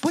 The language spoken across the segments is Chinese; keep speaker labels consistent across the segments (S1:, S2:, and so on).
S1: 不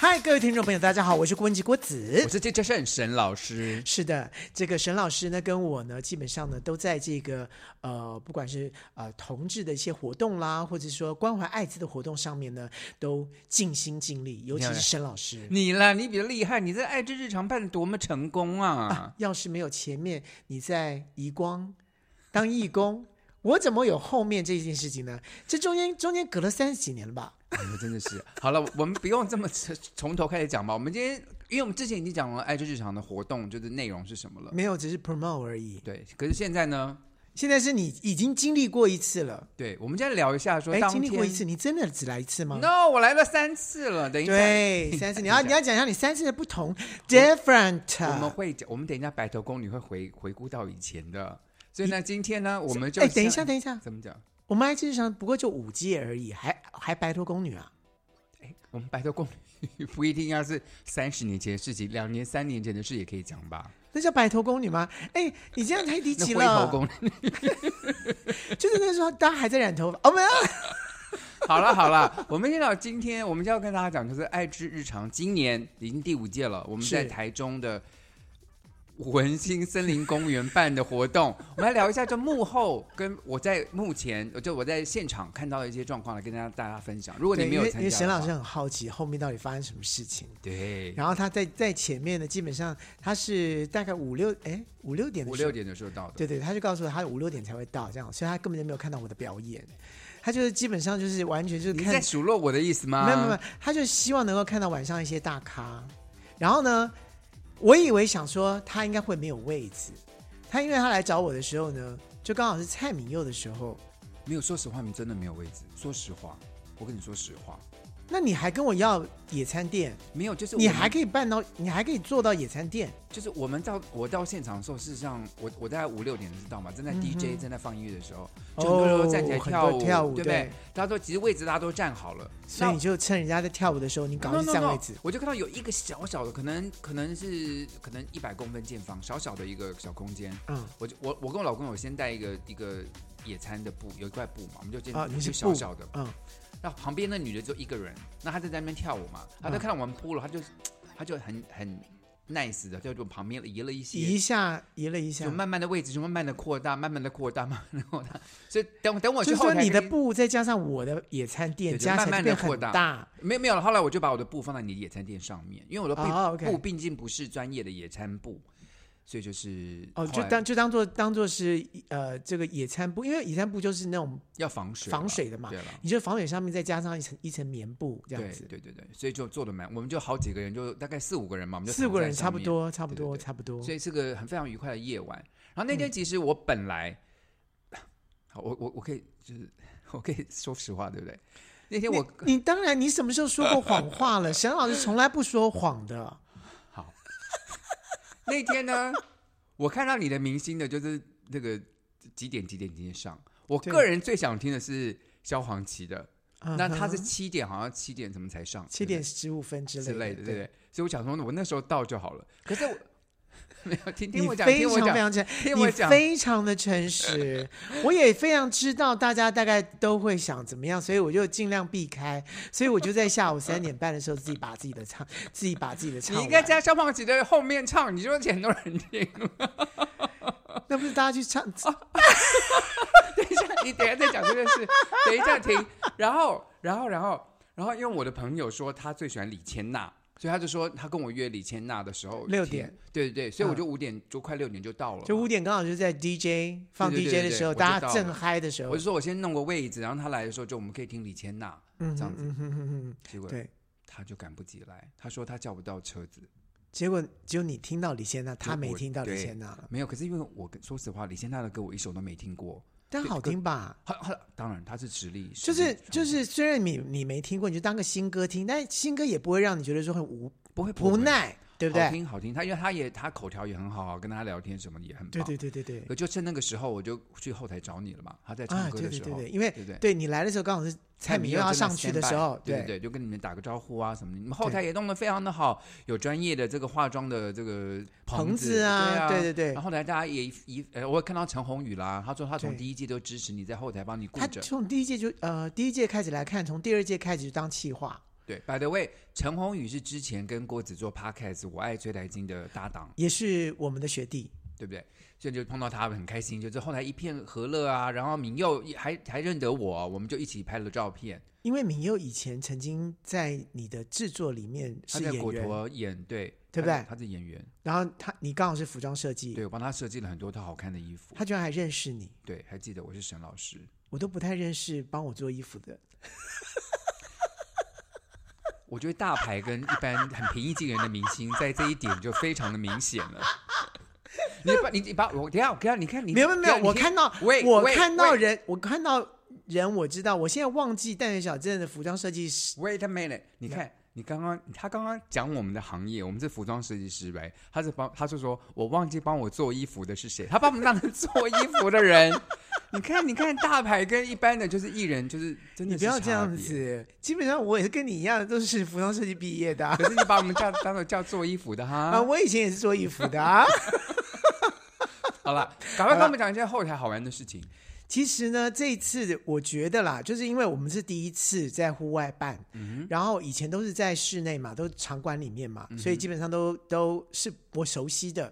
S1: 嗨，各位听众朋友，大家好，我是郭文吉郭子
S2: 我。是这教授沈老师，
S1: 是的，这个沈老师呢，跟我呢，基本上呢，都在这个呃，不管是呃同志的一些活动啦，或者说关怀艾滋的活动上面呢，都尽心尽力，尤其是沈老师。
S2: 你啦，你比较厉害，你在爱之日常办得多么成功啊！
S1: 要是没有前面你在移光当义工，我怎么有后面这件事情呢？这中间中间隔了三十几年了吧？
S2: 哎呦，真的是好了，我们不用这么从头开始讲吧。我们今天，因为我们之前已经讲了爱之日常的活动，就是内容是什么了。
S1: 没有，只是 promote 而已。
S2: 对，可是现在呢？
S1: 现在是你已经经历过一次了，
S2: 对，我们今天聊一下说
S1: 哎，
S2: 当
S1: 经历过
S2: 天
S1: 一次，你真的只来一次吗？
S2: ，no，我来了三次了。等一下，
S1: 对，啊三次，你要你要讲一下你三次的不同，different。
S2: 我们会讲，我们等一下白头宫女会回回顾到以前的，所以呢，今天呢，我们就
S1: 哎，等一下，
S2: 像
S1: 等一下，
S2: 怎么讲？
S1: 我们爱之上不过就五届而已，还还白头宫女啊？
S2: 我们白头宫女 不一定要是三十年前的事情，两年、三年前的事也可以讲吧。
S1: 那叫白头宫女吗？哎，你这样太低
S2: 那
S1: 级
S2: 灰头
S1: 了，
S2: 宫，
S1: 就是那时候大家还在染头发，哦，没有，
S2: 好了好了，我们先到今天，我们就要跟大家讲，就是爱之日常，今年已经第五届了，我们
S1: 是
S2: 在台中的文心森林公园办的活动，我们来聊一下这幕后跟我在幕前，就我在现场看到的一些状况来跟大家大家分享。如果你
S1: 对
S2: 没
S1: 因
S2: 有
S1: 为因
S2: 参
S1: 为
S2: 加，
S1: 沈老师，很好奇后面到底发生什么事情。
S2: 对，
S1: 然后他在在前面呢，基本上他是大概五六哎五六点的
S2: 五
S1: 时候
S2: 六点的时候到的，
S1: 对对，他就告诉我他五六点才会到，这样，所以他根本就没有看到我的表演，他就是基本上就是完全就是
S2: 你
S1: 看
S2: 在，啊数落我的意思吗？
S1: 没有没有没有，他就希望能够看到晚上一些大咖。然后呢，我以为想说他应该会没有位子，他因为他来找我的时候呢，就刚好是蔡敏佑的时候，
S2: 没有，说实话，你真的没有位置。说实话，我跟你说实话，
S1: 那你还跟我要野餐垫，
S2: 没有，就是我
S1: 你
S2: 们
S1: 还可以办到，你还可以做到野餐垫，
S2: 就是我们到我到现场的时候，事实上我我大概五六点知道嘛，正在 DJ、正在放音乐的时候，就很多人都站起
S1: 嗯
S2: 来
S1: 哦很
S2: 跳
S1: 多
S2: 舞，
S1: 跳舞
S2: 对不
S1: 对
S2: 对？大家都其实位置大家都站好了，
S1: 所以你就趁人家在跳舞的时候，你
S2: 那
S1: 搞一
S2: no,
S1: 些
S2: no,
S1: 占
S2: no，
S1: 位子。
S2: 我就看到有一个小小的，可能可能是可能一百公分见方，小小的一个小空间。
S1: 嗯，
S2: 我就我我跟我老公有先带一个一个野餐的布，有一块布嘛，我们就先、
S1: 啊你是
S2: 就
S1: 布
S2: 小小的，
S1: 嗯，
S2: 那旁边那女的就一个人，那她就在那边跳舞嘛，
S1: 嗯
S2: 她就看到我们扑了，她就她就很很 nice 的，就就旁边移了一些，
S1: 移一下，移了一下
S2: 就，慢慢的位置就慢慢的扩大，慢慢的扩大，慢慢的扩大。所以等等我
S1: 就
S2: 去
S1: 是
S2: 后
S1: 说
S2: 台
S1: 你的
S2: 跟你，
S1: 布再加上我的野餐垫，
S2: 对就
S1: 加起来
S2: 慢慢
S1: 就
S2: 地
S1: 变很
S2: 扩
S1: 大
S2: 大。没有没有了。后来我就把我的布放在你的野餐垫上面，因为我的布、
S1: 哦，OK
S2: 布毕竟不是专业的野餐布，所以就是
S1: 哦，
S2: 后
S1: 就
S2: 来
S1: 当就当做当做是呃这个野餐布，因为野餐布就是那种
S2: 要防水
S1: 防
S2: 了
S1: 水的嘛
S2: 啊对了。
S1: 你就防水上面再加上一层一层棉布这样
S2: 对
S1: 子，
S2: 对对对，所以就做的蛮，我们就好几个人，就大概四五个人嘛，我们就
S1: 四个
S2: 躺在
S1: 人
S2: 上
S1: 差不
S2: 面
S1: 多，差不
S2: 对对
S1: 多，
S2: 对
S1: 差不多。
S2: 所以是个很非常愉快的夜晚。然后那
S1: 嗯
S2: 天其实我本来，好，我我我可以就是 我可以说实话，对不对？那天我
S1: 你你当然，你什么时候说过谎话 了？沈老师从来不说谎的。啊
S2: 好， 那天呢，我看到你的明星的就是那个几点几点几点上，我
S1: 对
S2: 个人最想听的是萧煌奇的，那他是
S1: 嗯哼
S2: 七点，好像七点怎么才上？
S1: 七
S2: 对不
S1: 点
S2: 对
S1: 十五分之
S2: 之
S1: 类
S2: 类的，对不对？所以我想说，我那时候到就好了。可是我 没有听听
S1: 你
S2: 我讲，
S1: 非
S2: 听我
S1: 常非常
S2: 讲，
S1: 诚，啊
S2: 听
S1: 你
S2: 我讲。
S1: 非常的诚 实，我也非常知道大家大概都会想怎么样，所以我就尽量避开，所以我就在下午三点半的时候自己把自己的唱，自己把自己的唱
S2: 你
S1: 完。
S2: 应该加消防局的后面唱，你就会很多人听。
S1: 那不是大家去唱？
S2: 等一下，你等一下再讲这件事，等一下停。然后，然后，然后，然后，因为我的朋友说他最喜欢李千娜，所以他就说他跟我约李千娜的时候
S1: 6
S2: 听
S1: 点，
S2: 对对对，所
S1: 嗯
S2: 以我就五点就快六点就到了嘛，
S1: 就五点刚好就是在 DJ 放
S2: 对对
S1: DJ
S2: 对
S1: 的
S2: 对
S1: 时候，
S2: 我就
S1: 大家
S2: 到
S1: 正
S2: 了
S1: 嗨的时候
S2: 我就，说我先弄个位置，然后他来的时候就我们可以听李千娜
S1: 嗯
S2: 这
S1: 哼
S2: 样子，
S1: 嗯哼哼哼，
S2: 结果
S1: 对。
S2: 他就赶不及来，他说他叫不到车子，
S1: 结果只有你听到李仙娜，他
S2: 就
S1: 没
S2: 我
S1: 听到李
S2: 对
S1: 仙娜了，
S2: 没有。可是因为我跟说实话，李千娜的歌我一首都没听过，
S1: 但
S2: 对
S1: 好
S2: 可
S1: 听吧？
S2: 他他当然他是实力，
S1: 就
S2: 实力
S1: 是就
S2: 唱
S1: 是，虽然你你没听过，你就当个新歌听，但新歌也不会让你觉得说很无
S2: 不会
S1: 无
S2: 会
S1: 奈，对不
S2: 好
S1: 对？
S2: 听好听，他因为他也他口条也很好，跟他聊天什么也很棒。
S1: 对对对对对。
S2: 可就趁那个时候，我就去后台找你了嘛。他在
S1: 啊，
S2: 唱歌
S1: 对
S2: 的
S1: 对
S2: 时
S1: 对
S2: 候，
S1: 对，因为
S2: 对不对
S1: 你来的时候刚好是蔡明又要上去的时候，
S2: 对对对，就跟你们打个招呼啊什么的。你们后台也弄得非常的好，有专业的这个化妆的这个
S1: 棚
S2: 子
S1: 子啊，
S2: 对
S1: 对对对
S2: 然，后来大家也一呃，我也看到陈宏宇啦，他说他从
S1: 对
S2: 第一季都支持你在后台帮你顾
S1: 他
S2: 着。
S1: 从第一届就呃第一届开始来看，从第二届开始就当企划，
S2: 对，by the way，陈宏宇是之前跟郭子做 podcast《我爱追台金》的搭档，
S1: 也是我们的学弟，
S2: 对不对？所以就碰到他很开心，就是后台一片和乐啊。然后敏佑也还还认得我，我们就一起拍了照片。
S1: 因为敏佑以前曾经在你的制作里面
S2: 他
S1: 是
S2: 在
S1: 演
S2: 果
S1: 员，
S2: 陀啊演对，
S1: 对不
S2: 他
S1: 对
S2: 他是演员，
S1: 然后他你刚好是服装设计，
S2: 对我帮他设计了很多套好看的衣服。
S1: 他居然还认识你，
S2: 对，还记得我是沈老师。
S1: 我都不太认识帮我做衣服的，
S2: 我觉得大牌跟一般很平易近人的明星，在这一点就非常的明显了。你把你你把我等一下，我等一下你看你
S1: 没有没有没有，
S2: 等一下
S1: 我
S2: 你
S1: 看到
S2: 喂
S1: 我
S2: 喂
S1: 看到
S2: 喂
S1: 人，我看到人，我知道，我现在忘记淡水小镇的服装设计师，
S2: Wait a minute！你看，你刚刚他刚刚讲我们的行业，我们是服装设计师呗，他是帮他是说我忘记帮我做衣服的是谁，他把我们当成做衣服的人。 你看，你看大牌跟一般的就是艺人，就是真
S1: 你
S2: 的
S1: 不
S2: 是
S1: 要
S2: 差
S1: 这样
S2: 别。
S1: 子，基本上我也是跟你一样，都是服装设计毕业的啊。
S2: 可是你把我们叫当做叫做衣服的
S1: 啊，
S2: 哈，
S1: 我以前也是做衣服的啊。
S2: 好了，赶快跟我们讲一下后台好玩的事情。
S1: 其实呢，这一次我觉得啦，就是因为我们是第一次在户外办，
S2: 嗯
S1: 然后以前都是在室内嘛，都是场馆里面嘛，所以基本上都都是我熟悉的。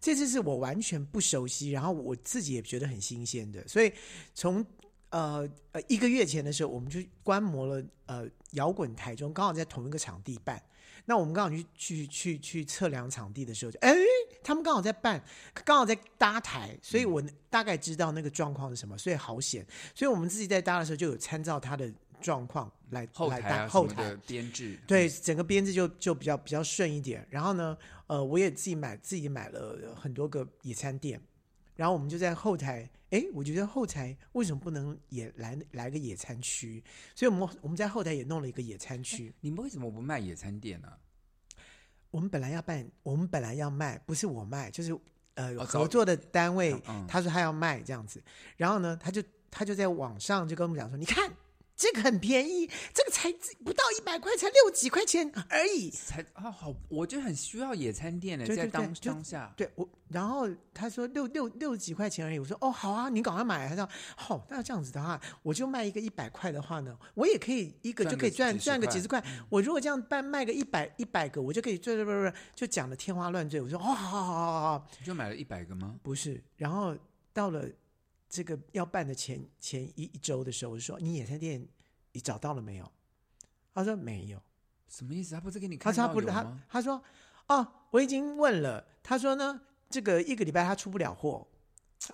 S1: 这次是我完全不熟悉，然后我自己也觉得很新鲜的，所以从呃呃一个月前的时候，我们就观摩了呃摇滚台中，刚好在同一个场地办。那我们刚好去去去去测量场地的时候，就哎，他们刚好在办，刚好在搭台，所以
S2: 嗯
S1: 我大概知道那个状况是什么，所以好险。所以我们自己在搭的时候就有参照他的状况来
S2: 后
S1: 来
S2: 台
S1: 搭
S2: 啊
S1: 后
S2: 什么
S1: 台
S2: 的，编制，
S1: 对，整个编制就就比较比较顺一点。然后呢，呃，我也自己买自己买了呃很多个野餐垫，然后我们就在后台，哎，我觉得后台为什么不能也来来个野餐区？所以我们我们在后台也弄了一个野餐区。
S2: 你们为什么不卖野餐啊店呢、
S1: 我们本来要办，我们本来要卖，不是我卖，就是呃
S2: 哦
S1: 合
S2: 找
S1: 作的单位
S2: 嗯，嗯
S1: 他说他要卖这样子，然后呢，他就他就在网上就跟我们讲说，你看这个很便宜，这个才不到一百块，才六几块钱而已。
S2: 才
S1: 哦
S2: 啊好，我就很需要野餐店呢，
S1: 对
S2: 在
S1: 对对
S2: 当
S1: 就
S2: 当下。
S1: 对我，然后他说六六六几块钱而已，我说哦好啊，你赶快买啊。他说好、那这样子的话，我就卖一个一百块的话呢，我也可以一个
S2: 赚
S1: 就
S2: 个
S1: 可以赚
S2: 几十
S1: 赚个
S2: 块
S1: 几十块。嗯我如果这样办卖个一百一百个，我就可以赚赚赚赚，就讲的天花乱坠。我说哦好好好好好，
S2: 你就买了一百个吗？
S1: 不是。然后到了这个要办的前前一一周的时候，我就说你野餐店你找到了没有？他说没有。
S2: 什么意思？他不是给你
S1: 他
S2: 看
S1: 说
S2: 到
S1: 他不
S2: 有
S1: 他
S2: 吗？
S1: 他说哦，我已经问了，他说呢，这个一个礼拜他出不了货，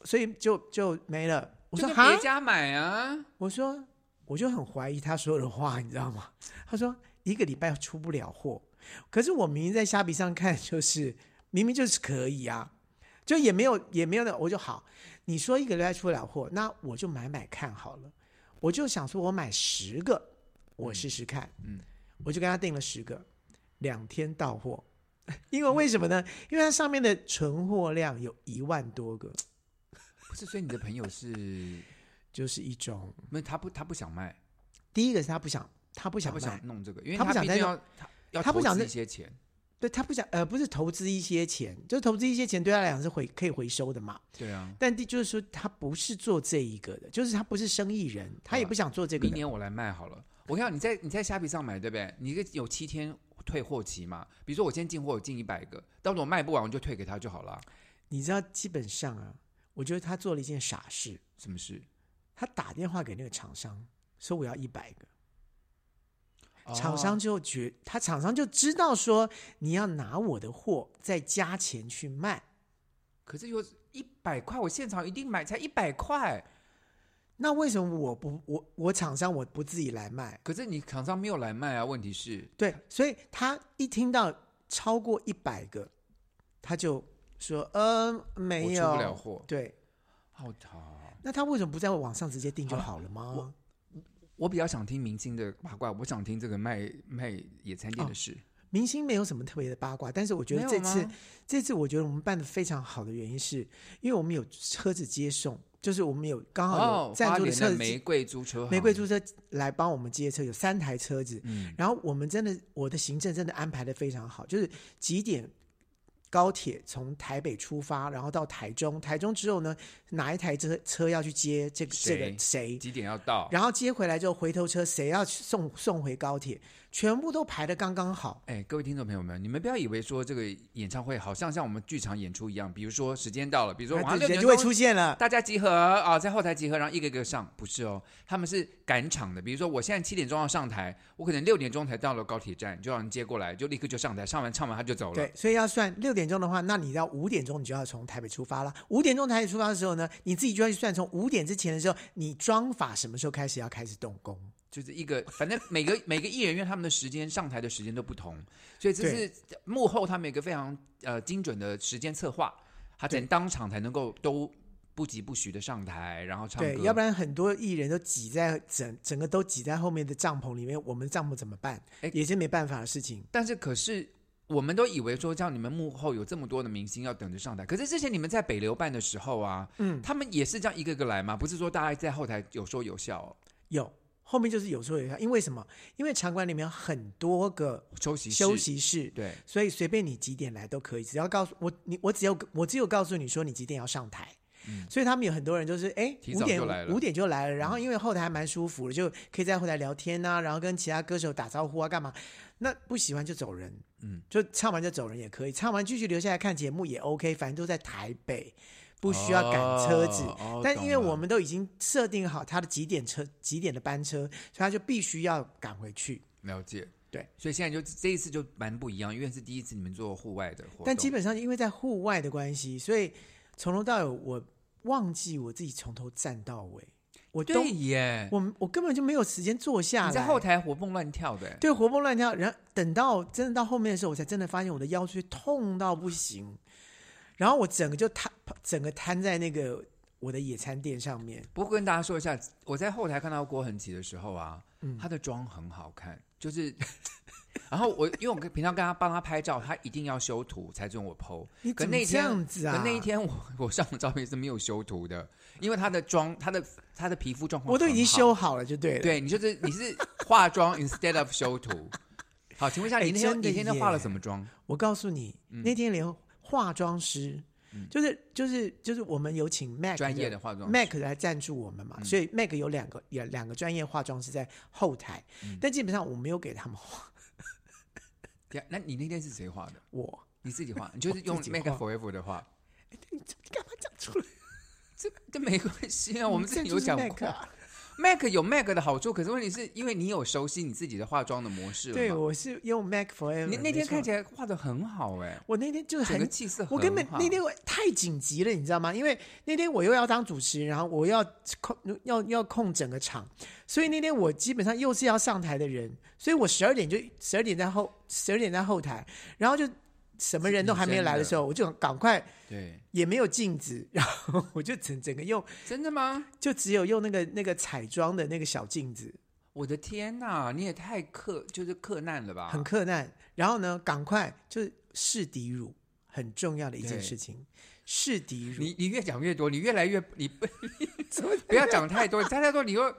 S1: 所以就就没了。我说
S2: 就
S1: 哈
S2: 跟，别家买啊，
S1: 我说我就很怀疑他说的话，你知道吗？他说一个礼拜出不了货，可是我明明在虾皮上看，就是明明就是可以啊，就也没有也没有那，我就好，你说一个礼拜出不了货，那我就买买看好了。我就想说，我买十个，我试试看。
S2: 嗯
S1: 我就跟他订了十个，两天到货。 因为为什么呢？因为它上面的存货量有一万多个，
S2: 不是，所以你的朋友是
S1: 就是一种。
S2: 没有他不他不想卖，
S1: 第一个是他不想，他不
S2: 他
S1: 想
S2: 不
S1: 卖，
S2: 想弄这个，因为
S1: 他不想
S2: 毕
S1: 再
S2: 竟要他要
S1: 他不
S2: 投
S1: 想
S2: 资
S1: 再
S2: 一些钱，
S1: 对他不想，呃，不是投资一些钱，就是投资一些钱对他来讲是回可以回收的嘛。
S2: 对啊。
S1: 但第就是说，他不是做这一个的，就是他不是生意人，他也不想做这个
S2: 明
S1: 的。
S2: 年我来卖好了。我看你在你在虾皮上买对不对？你一个有七天退货期嘛？比如说我今天进货我进一百个，到时候我卖不完我就退给他就好了。
S1: 你知道，基本上啊，我觉得他做了一件傻事，
S2: 什么事？
S1: 他打电话给那个厂商说我要一百个，
S2: 哦
S1: 厂商就觉他厂商就知道说你要拿我的货再加钱去卖，
S2: 可是有一百块，我现场一定买才一百块。
S1: 那为什么我不我我厂商我不自己来卖？
S2: 可是你厂商没有来卖啊？问题是，
S1: 对，所以他一听到超过一百个，他就说：“嗯、
S2: 我
S1: 没
S2: 出
S1: 有。”
S2: 不了货，
S1: 对，
S2: 好讨。
S1: 那他为什么不在网上直接订就好了吗？
S2: 啊我比较想听明星的八卦，我想听这个卖卖野餐店的事。
S1: 明星没有什么特别的八卦，但是我哦觉得
S2: 没有
S1: 这次
S2: 吗
S1: 这次我觉得我们办的非常好的原因是，因为我们有车子接送，就是我们有刚好
S2: 哦
S1: 有，赞
S2: 花
S1: 助的
S2: 莲
S1: 车
S2: 的
S1: 子，
S2: 玫瑰租车行，
S1: 玫瑰租车来帮我们接车，有三台车子，
S2: 嗯，
S1: 然后我们真的，我的行政真的安排的非常好，就是几点高铁从台北出发，然后到台中，台中之后呢，哪一台车车要去接这个这
S2: 谁
S1: 个谁，
S2: 几点要到？
S1: 然后接回来之后回头车谁要去送送回高铁，全部都排的刚刚好。
S2: 哎，各位听众朋友们，你们不要以为说这个演唱会好像像我们剧场演出一样，比如说时间到了，比如说
S1: 那
S2: 晚上
S1: 这啊
S2: 六
S1: 人
S2: 点
S1: 就会
S2: 钟
S1: 出现了，
S2: 大家集合啊，在后台集合，然后一个一个上，不是哦，他们是赶场的。比如说，我现在七点钟要上台，我可能六点钟才到了高铁站，就让人接过来，就立刻就上台，上完唱完他就走了。
S1: 对，所以要算六点钟的话，那你到五点钟你就要从台北出发了。五点钟台北出发的时候呢，你自己就要去算从五点之前的时候，你妆法什么时候开始要开始动工。
S2: 就是一个，反正每个每个艺人因为他们的时间上台的时间都不同，所以这
S1: 对
S2: 是幕后他们有一个非常呃精准的时间策划，他才
S1: 对
S2: 当场才能够都不疾不徐的上台，然后唱歌。
S1: 对，要不然很多艺人都挤在整整个都挤在后面的帐篷里面，我们帐篷怎么办？
S2: 哎
S1: 也是没办法的事情。
S2: 但是可是我们都以为说，像你们幕后有这么多的明星要等着上台，可是之前你们在北流办的时候啊，
S1: 嗯
S2: 他们也是这样一个个来吗？不是说大家在后台有说有笑、哦，
S1: 有后面就是有说有笑，因为什么？因为场馆里面有很多个
S2: 休息室
S1: 休，息室，
S2: 对，
S1: 所以随便你几点来都可以，只要告诉我你，我只有我只有告诉你说你几点要上台。
S2: 嗯
S1: 所以他们有很多人就是哎，
S2: 提
S1: 五
S2: 早
S1: 点
S2: 就来了嗯
S1: 五点就来了，然后因为后台还蛮舒服的，就可以在后台聊天呐、然后跟其他歌手打招呼啊，干嘛？那不喜欢就走人，
S2: 嗯，
S1: 就唱完就走人也可以，唱完继续留下来看节目也 OK，反正都在台北，不需要赶车子。
S2: 哦哦
S1: 但因为
S2: 懂了
S1: 我们都已经设定好他的几点车几点的班车，所以他就必须要赶回去。
S2: 了解，
S1: 对，
S2: 所以现在就这一次就蛮不一样，因为是第一次你们做户外的活动，
S1: 但基本上因为在户外的关系，所以从头到尾我忘记我自己从头站到尾，我都
S2: 对耶，
S1: 我我根本就没有时间坐下来。
S2: 你在后台活蹦乱跳的，
S1: 对活蹦乱跳，然后等到真的到后面的时候，我才真的发现我的腰椎痛到不行，然后我整个就瘫，整个瘫在那个我的野餐垫上面。
S2: 不过跟大家说一下，我在后台看到郭恒奇的时候啊，
S1: 嗯
S2: 他的妆很好看，就是，然后我因为我跟平常跟他帮他拍照，他一定要修图才准我 PO。
S1: 你
S2: 可
S1: 怎么
S2: 那
S1: 这
S2: 天
S1: 样子啊？
S2: 可那一天我我上的照片是没有修图的，因为他的妆，他的他的皮肤状况
S1: 我都已经修
S2: 很好，
S1: 好了，就对了。
S2: 对你就是你是化妆 instead of 修图。好，请问一下，
S1: 哎
S2: 你那天、
S1: 真
S2: 你
S1: 的
S2: 那天都
S1: 耶
S2: 化了什么妆？
S1: 我告诉你，
S2: 嗯
S1: 那天连化妆师，就是就是就是我们有请 Mac
S2: 专业的化妆师嗯
S1: Mac 来赞助我们嘛，所以 Mac 有两个有两个专业化妆师在后台，
S2: 嗯
S1: 但基本上我没有给他们化，
S2: 对啊那你那天是谁画的？
S1: 我
S2: 你自己画，你就是用
S1: 自己
S2: Make
S1: 画
S2: Forever 的画，
S1: 你干嘛讲出来？
S2: 这这没关系啊，我们之前有讲
S1: 赞助嗯是
S2: 过
S1: Mac。啊
S2: Mac 有 Mac 的好处，可是问题是因为你有熟悉你自己的化妆的模式了
S1: 对，
S2: 嘛
S1: 我是用 Mac Forever。
S2: 你那天看起
S1: 来，
S2: 来画的很好哎、
S1: 我那天就是
S2: 整个
S1: 很。
S2: 气色很好。
S1: 我根本那天我太紧急了，你知道吗？因为那天我又要当主持人，然后我要控要要控整个场，所以那天我基本上又是要上台的人，所以我十二点就十二点在后十二点在后台，然后就什么人都还没有来的时候，我就赶快
S2: 对，
S1: 也没有镜子， 然后我就整整个用
S2: 真的吗？
S1: 就只有用那个那个彩妆的那个小镜子，
S2: 我的天呐、你也太克就是克难了吧？
S1: 很困难。然后呢，赶快就是试底乳，很重要的一件
S2: 对
S1: 事情，试底乳。
S2: 你你越讲越多，你越来越你 不不要讲太多，你讲太多你又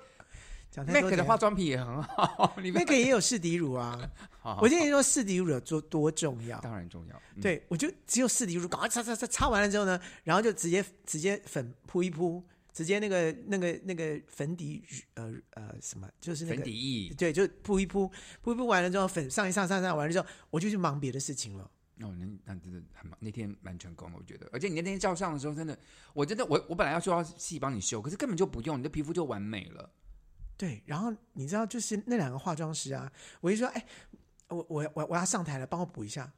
S1: 讲太多
S2: Mac 的
S1: 等下
S2: 化妆品也很好，你
S1: 那个也有试底乳 啊。
S2: 好好
S1: 我跟你说，试底乳有多多重要。
S2: 当然重要，嗯、
S1: 对，我就只有试底乳，赶快擦擦擦，擦完了之后呢，然后就直接直接粉扑一扑，直接那个那个那个粉底乳呃呃什么，就是那
S2: 粉
S1: 个
S2: 底液
S1: 对，就扑一扑，扑一扑完了之后，粉上一上上一上完了之后，我就去忙别的事情了。
S2: 哦，那那真的很忙，那天蛮成功的，我觉得。而且你那天照相的时候，真的，我真的我我本来要说要细帮你修，可是根本就不用，你的皮肤就完美了。
S1: 对，然后你知道，就是那两个化妆师啊，我就说，哎，我我我我要上台了，帮我补一下。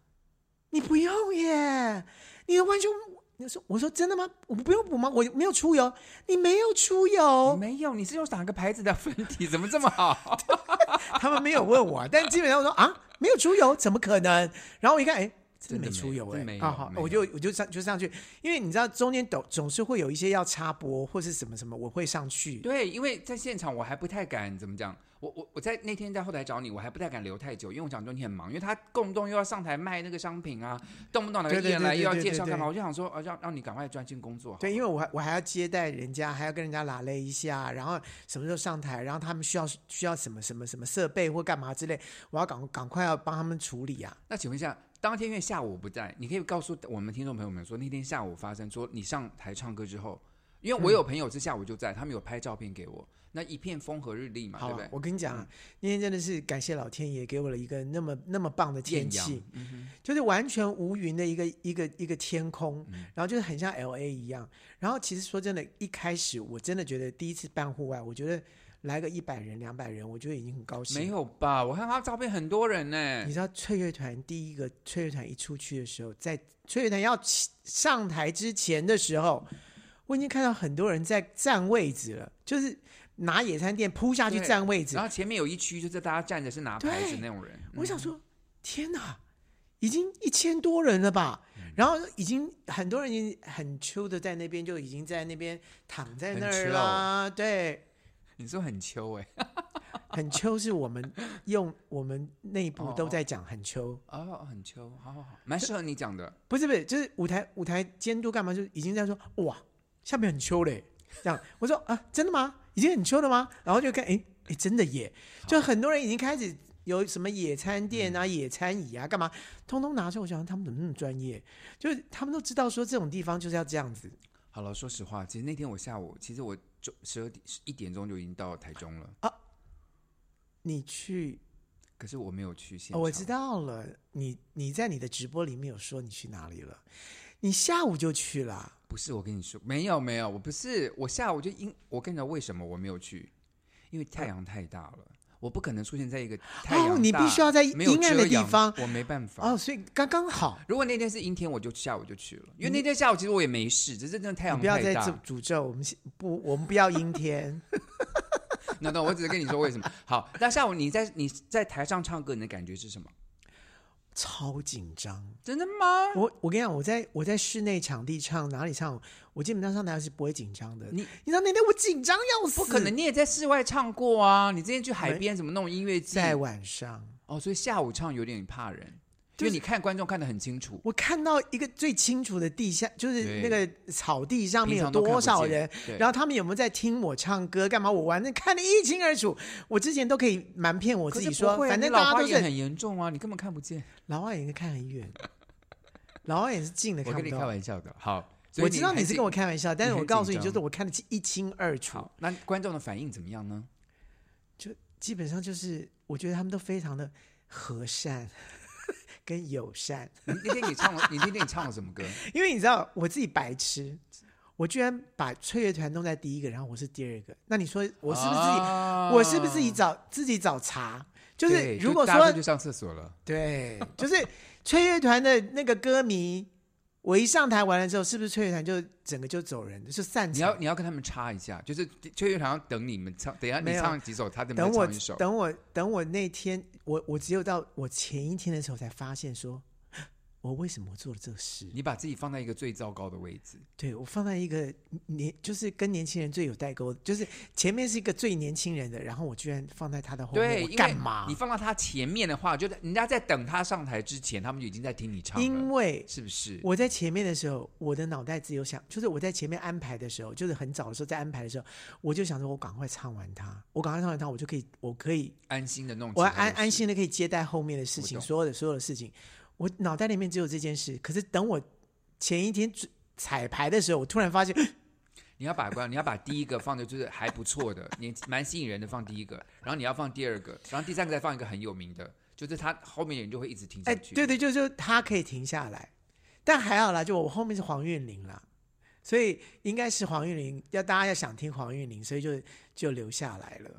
S1: 你不用耶，你完全，你说我说真的吗？我不用补吗？我没有出油，你没有出油，
S2: 没有，你是用哪个牌子的粉底？怎么这么好？
S1: 他们没有问我，但基本上我说啊，没有出油，怎么可能？然后我一看，哎，真
S2: 真的
S1: 没出
S2: 没
S1: 游
S2: 真
S1: 哎、
S2: 没
S1: 啊
S2: 有
S1: 好，
S2: 没
S1: 我就我就上就上去，因为你知道中间总总是会有一些要插播或是什么什么，我会上去。
S2: 对，因为在现场我还不太敢怎么讲，我我我在那天在后台找你，我还不太敢留太久，因为我想说你很忙，因为他动不动又要上台卖那个商品啊，动不动哪
S1: 对
S2: 个艺
S1: 对
S2: 人
S1: 对
S2: 来
S1: 对
S2: 又要
S1: 对
S2: 介
S1: 对
S2: 绍干嘛，
S1: 对
S2: 我就想说，呃、让让你赶快专心工作好了。
S1: 对，因为我还我还要接待人家，还要跟人家拉勒一下，然后什么时候上台，然后他们需要需要什么什么什么设备或干嘛之类，我要赶赶快要帮他们处理啊。
S2: 那请问一下，当天因为下午我不在，你可以告诉我们听众朋友们说，那天下午发生说你上台唱歌之后，因为我有朋友是下午就在，他们有拍照片给我，那一片风和日丽嘛，
S1: 好
S2: 对
S1: 啊
S2: 不对？嗯
S1: 我跟你讲啊，那天真的是感谢老天爷给我了一个那么那么棒的天
S2: 艳阳
S1: 气，嗯就是完全无云的一个一个一个天空，
S2: 嗯
S1: 然后就是很像 L A 一样。然后其实说真的，一开始我真的觉得第一次办户外，我觉得来个一百人、两百人，我觉得已经很高兴。
S2: 没有吧？我看他照片很多人呢、
S1: 你知道翠乐团第一个翠乐团一出去的时候，在翠乐团要起上台之前的时候，我已经看到很多人在占位置了，就是拿野餐垫铺下去
S2: 对
S1: 占位置
S2: 然。后前嗯面有一区就是大家站着是拿牌子
S1: 对
S2: 那种人，
S1: 我想说，天哪，已经一千多人了吧？
S2: 嗯
S1: 然后已经很多人已经很 chill 的在那边，就已经在那边躺在
S2: 很
S1: 那儿
S2: chill
S1: 啦。对，
S2: 你说很秋哎、
S1: 很 chill 是我们用我们内部
S2: 哦
S1: 都
S2: 哦
S1: 在讲很 chill。
S2: 哦，很秋，好好好，蛮适合你讲的。
S1: 不是不是，就是舞台舞台监督干嘛？就已经在说哇，下面很秋嘞，这样我说啊，真的吗？已经很秋了吗？然后就看哎哎，真的耶，就很多人已经开始有什么野餐垫啊、野餐椅啊，干嘛，通通拿出来。我想他们怎么那么专业？就是他们都知道说这种地方就是要这样子
S2: 好了，说实话，其实那天我下午，其实我就十二点一点钟就已经到台中了，
S1: 啊你去、
S2: 可是我没有去现
S1: 哦
S2: 场。
S1: 我知道了，你你在你的直播里面有说你去哪里了，你下午就去了，
S2: 不是，我跟你说，没有没有，我不是，我下午就因我跟你讲为什么我没有去，因为太阳太大了，我不可能出现在一个太阳大、
S1: 哦你必须要在
S2: 没有
S1: 阴暗的
S2: 遮阳
S1: 地方，
S2: 我没办法。
S1: 哦，所以刚刚好。
S2: 如果那天是阴天，我就下午就去了，因为那天下午其实我也没事，只是真的太
S1: 你
S2: 阳
S1: 不要
S2: 太
S1: 再诅
S2: 大。
S1: 诅咒我们先，不，我们不要阴天。
S2: 那那我只是跟你说为什么。好，那下午你在你在台上唱歌，你的感觉是什么？
S1: 超紧张。
S2: 真的吗？
S1: 我我跟你讲，我在我在室内场地唱哪里唱，我基本上上台是不会紧张的。
S2: 你
S1: 你知道那天我紧张要死，
S2: 不可能，你也在室外唱过啊！你之前去海边怎么弄音乐季？
S1: 在晚上，
S2: 哦，所以下午唱有点怕人，
S1: 就是
S2: 因为你看观众看得很清楚。
S1: 我看到一个最清楚的地下，就是
S2: 对
S1: 那个草地上面
S2: 平
S1: 有
S2: 常都看
S1: 多
S2: 不见
S1: 少人，
S2: 对
S1: 然后他们有没有在听我唱歌，干嘛我玩的看得一清二楚。我之前都可以瞒骗我
S2: 可
S1: 自
S2: 是
S1: 己
S2: 不
S1: 说，
S2: 会啊
S1: 反
S2: 你
S1: 正
S2: 老
S1: 大家
S2: 花
S1: 都
S2: 眼
S1: 是
S2: 很严重啊，你根本看不见。
S1: 老外眼可以看很远，老外眼是近的
S2: 我
S1: 看
S2: 跟
S1: 不
S2: 你开
S1: 到。
S2: 玩笑的，好，所以
S1: 我知道
S2: 还
S1: 你是跟我开玩笑，但是
S2: 你
S1: 我
S2: 很
S1: 告诉你，
S2: 紧
S1: 就是
S2: 张
S1: 我看得一清二楚。
S2: 好。那观众的反应怎么样呢？
S1: 基本上就是，我觉得他们都非常的和善 跟友善。
S2: 你那天你唱了，你那天你唱了什么歌？
S1: 因为你知道，我自己白痴，我居然把翠乐团弄在第一个，然后我是第二个。那你说 我是不是自己？
S2: 啊
S1: 我是不是自己？找自己找茬？就是
S2: 对
S1: 如果
S2: 就大家
S1: 说
S2: 就上厕所了，
S1: 对，就是翠乐团的那个歌迷，我一上台完了之后，是不是翠乐团就整个就走人，就散
S2: 你要
S1: 场？
S2: 你要跟他们插一下，就是崔乐团要等你们唱，等一下
S1: 没
S2: 你
S1: 有
S2: 唱几首，他
S1: 等
S2: 们再
S1: 我
S2: 唱一首。
S1: 等我等我那天，我我只有到我前一天的时候才发现说，我为什么做了这事？
S2: 你把自己放在一个最糟糕的位置，
S1: 对我放在一个年，就是跟年轻人最有代沟，就是前面是一个最年轻人的，然后我居然放在他的后面，
S2: 对，
S1: 哦我
S2: 因为
S1: 干嘛
S2: 你？放到他前面的话，就人家在等他上台之前，他们就已经在听你唱
S1: 因
S2: 了，
S1: 为
S2: 是不是？
S1: 我在前面的时候，我的脑袋只有想，就是我在前面安排的时候，就是很早的时候在安排的时候，我就想说，我赶快唱完它，我赶快唱完它，我就可以，我可以，
S2: 安心的弄，
S1: 我安安。心的可以接待后面的事情，
S2: 我懂
S1: 所有的所有的事情，我脑袋里面只有这件事。可是等我前一天彩排的时候，我突然发现，
S2: 你要把关，你要把第一个放的就是还不 错的，你蛮吸引人的放第一个，然后你要放第二个，然后第三个再放一个很有名的，就是他后面的人就会一直听下
S1: 哎，
S2: 去。
S1: 对对，就就他可以停下来，但还好啦，就我后面是黄韵玲啦，所以应该是黄韵玲，要大家要想听黄韵玲，所以就就留下来了。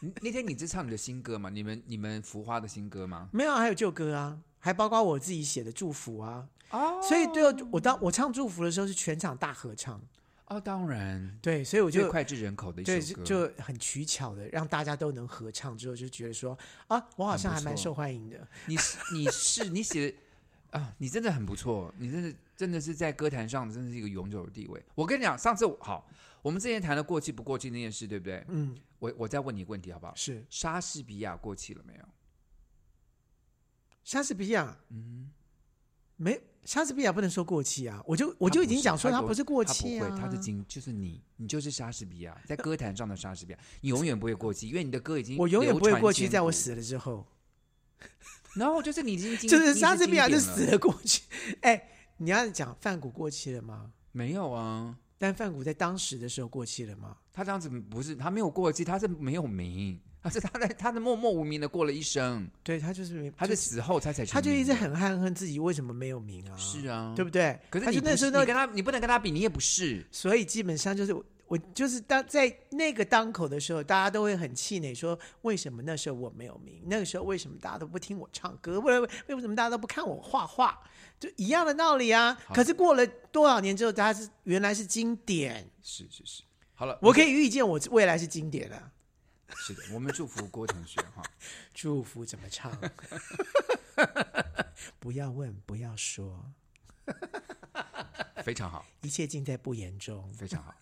S2: 你那天你是唱你的新歌吗？你们你们浮花的新歌吗？
S1: 没有，还有旧歌啊，还包括我自己写的祝福啊，
S2: 哦
S1: 所以对我我当我唱祝福的时候是全场大合唱，
S2: 哦，当然，
S1: 对，所以我
S2: 我最
S1: 就。
S2: 脍炙人口的一
S1: 对，
S2: 首
S1: 就
S2: 歌，
S1: 就很取巧的让大家都能合唱，之后就觉得说啊，我好像还
S2: 很不
S1: 蛮
S2: 错
S1: 受欢迎的。
S2: 你是你是你写的，啊，你真的很不错，你真是真的是在歌坛上真的是一个永久的地位。我跟你讲，上次我好，我们之前谈了过气不过气那件事，对不对？
S1: 嗯，
S2: 我我再问你一个问题好不好？
S1: 是
S2: 莎士比亚过气了没有？
S1: 莎士比亚
S2: 嗯，
S1: 没莎士比亚不能说过气啊，我就我就已经讲说
S2: 他
S1: 他
S2: 不
S1: 不是过气
S2: 他
S1: 啊，
S2: 不会，他的经就是你，你就是莎士比亚，在歌坛上的莎士比亚，你永远不会过气，因为你的歌已经
S1: 我永远不
S2: 流
S1: 会
S2: 传
S1: 过气，
S2: 千
S1: 在我
S2: 古。
S1: 死了之后，
S2: 然后就是你已 经经
S1: 就是莎士比亚就。
S2: 你已经经
S1: 死
S2: 典了
S1: 了过去。哎，你要讲范谷过气了吗？
S2: 没有啊，
S1: 但范谷在当时的时候过气了吗？
S2: 他这样子不是他没有过气，他是没有名，他是他在他的默默无名的过了一生，
S1: 对他就是没，
S2: 他
S1: 就是
S2: 死后他才
S1: 他就
S2: 成名
S1: 一直
S2: 的
S1: 很憾恨自己为什么没有名啊，
S2: 是啊，
S1: 对不对？
S2: 可是
S1: 他
S2: 你
S1: 就
S2: 不
S1: 那时
S2: 是
S1: 候
S2: 你
S1: 那
S2: 跟他，你不能跟他比，你也不是。
S1: 所以基本上就是我，我就是当在那个当口的时候，大家都会很气馁，说为什么那时候我没有名？那个时候为什么大家都不听我唱歌？为为为什么大家都不看我画画？就一样的道理啊。
S2: 好
S1: 可是过了多少年之后，大家是原来是经典，
S2: 是是是，好了，
S1: 我可以预见我未来是经典的。
S2: 是的，我们祝福郭同学哈。
S1: 祝福怎么 唱？不要问，不要说，
S2: 非常好，
S1: 一切尽在不言中。
S2: 非常好。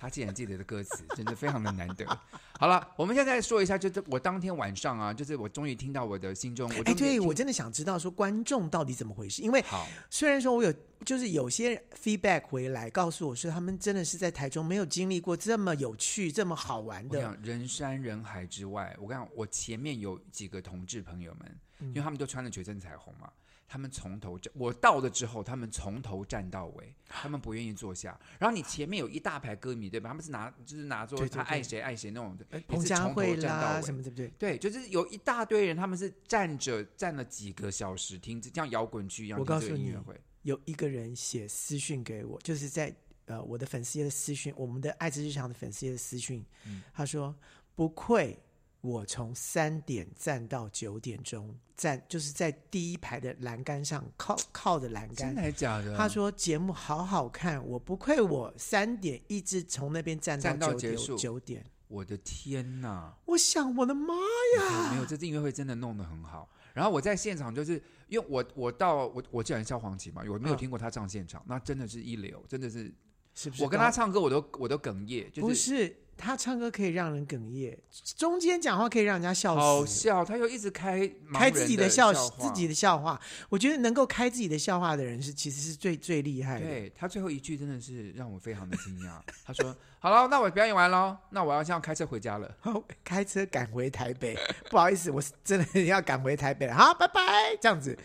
S2: 他竟然记得的歌词， 真的非常的难得。好了，我们现在说一下，就是我当天晚上啊，就是我终于听到我的心中，我
S1: 哎，
S2: 终于
S1: 对我真的想知道说观众到底怎么回事，因为
S2: 好，
S1: 虽然说我有，就是有些 feedback 回来告诉我说，他们真的是在台中没有经历过这么有趣、这么好玩
S2: 我跟你
S1: 的。
S2: 讲人山人海之外，我跟你讲，我前面有几个同志朋友们，
S1: 嗯
S2: 因为他们都穿了全身彩虹嘛，他们从头站，我到了之后，他们从头站到 尾，他们不愿意坐下。然后你前面有一大排歌迷，对吧？他们是拿就是拿着
S1: 对对
S2: 他
S1: 对
S2: 爱谁爱谁那种的，也
S1: 彭
S2: 是
S1: 佳
S2: 呃从头
S1: 慧
S2: 站到
S1: 啦，
S2: 尾
S1: 什么对不对？
S2: 对，就是有一大堆人，他们是站着站了几个小时，听这像摇滚区一样
S1: 我
S2: 听这
S1: 告
S2: 个
S1: 诉
S2: 音
S1: 你
S2: 乐会。
S1: 有一个人写私讯给我，就是在呃我的粉丝页的私讯，我们的爱之日常的粉丝页的私讯，
S2: 嗯
S1: 他说不愧我从三点站到九点钟，站就是在第一排的栏杆上靠靠着栏杆
S2: 真的。还假的？
S1: 他说节目好好看，我不愧我三点一直从那边站
S2: 站到
S1: 九
S2: 结束
S1: 点九点。
S2: 我的天哪！
S1: 我想，我的妈
S2: 没
S1: 呀！
S2: 有，这次音乐会真的弄得很好。然后我在现场，就是因为我我到我我既然萧煌奇嘛，我没有
S1: 嗯
S2: 听过他唱现场，那真的是一流，真的是
S1: 是不是
S2: 我跟
S1: 高
S2: 他唱歌我都我都哽咽，就
S1: 不是他唱歌可以让人哽咽，中间讲话可以让人家笑死，
S2: 好笑，他又一直开盲
S1: 开
S2: 人
S1: 自己
S2: 的
S1: 笑，
S2: 话
S1: 自己的笑话。我觉得能够开自己的笑话的人是其实是最最厉害的。
S2: 对他最后一句真的是让我非常的惊讶，他说：“好了，那我表演完喽，那我要现在开车回家了。”
S1: 好，开车赶回台北， 不好意思，我是真的要赶回台北了。好，拜拜，这样子，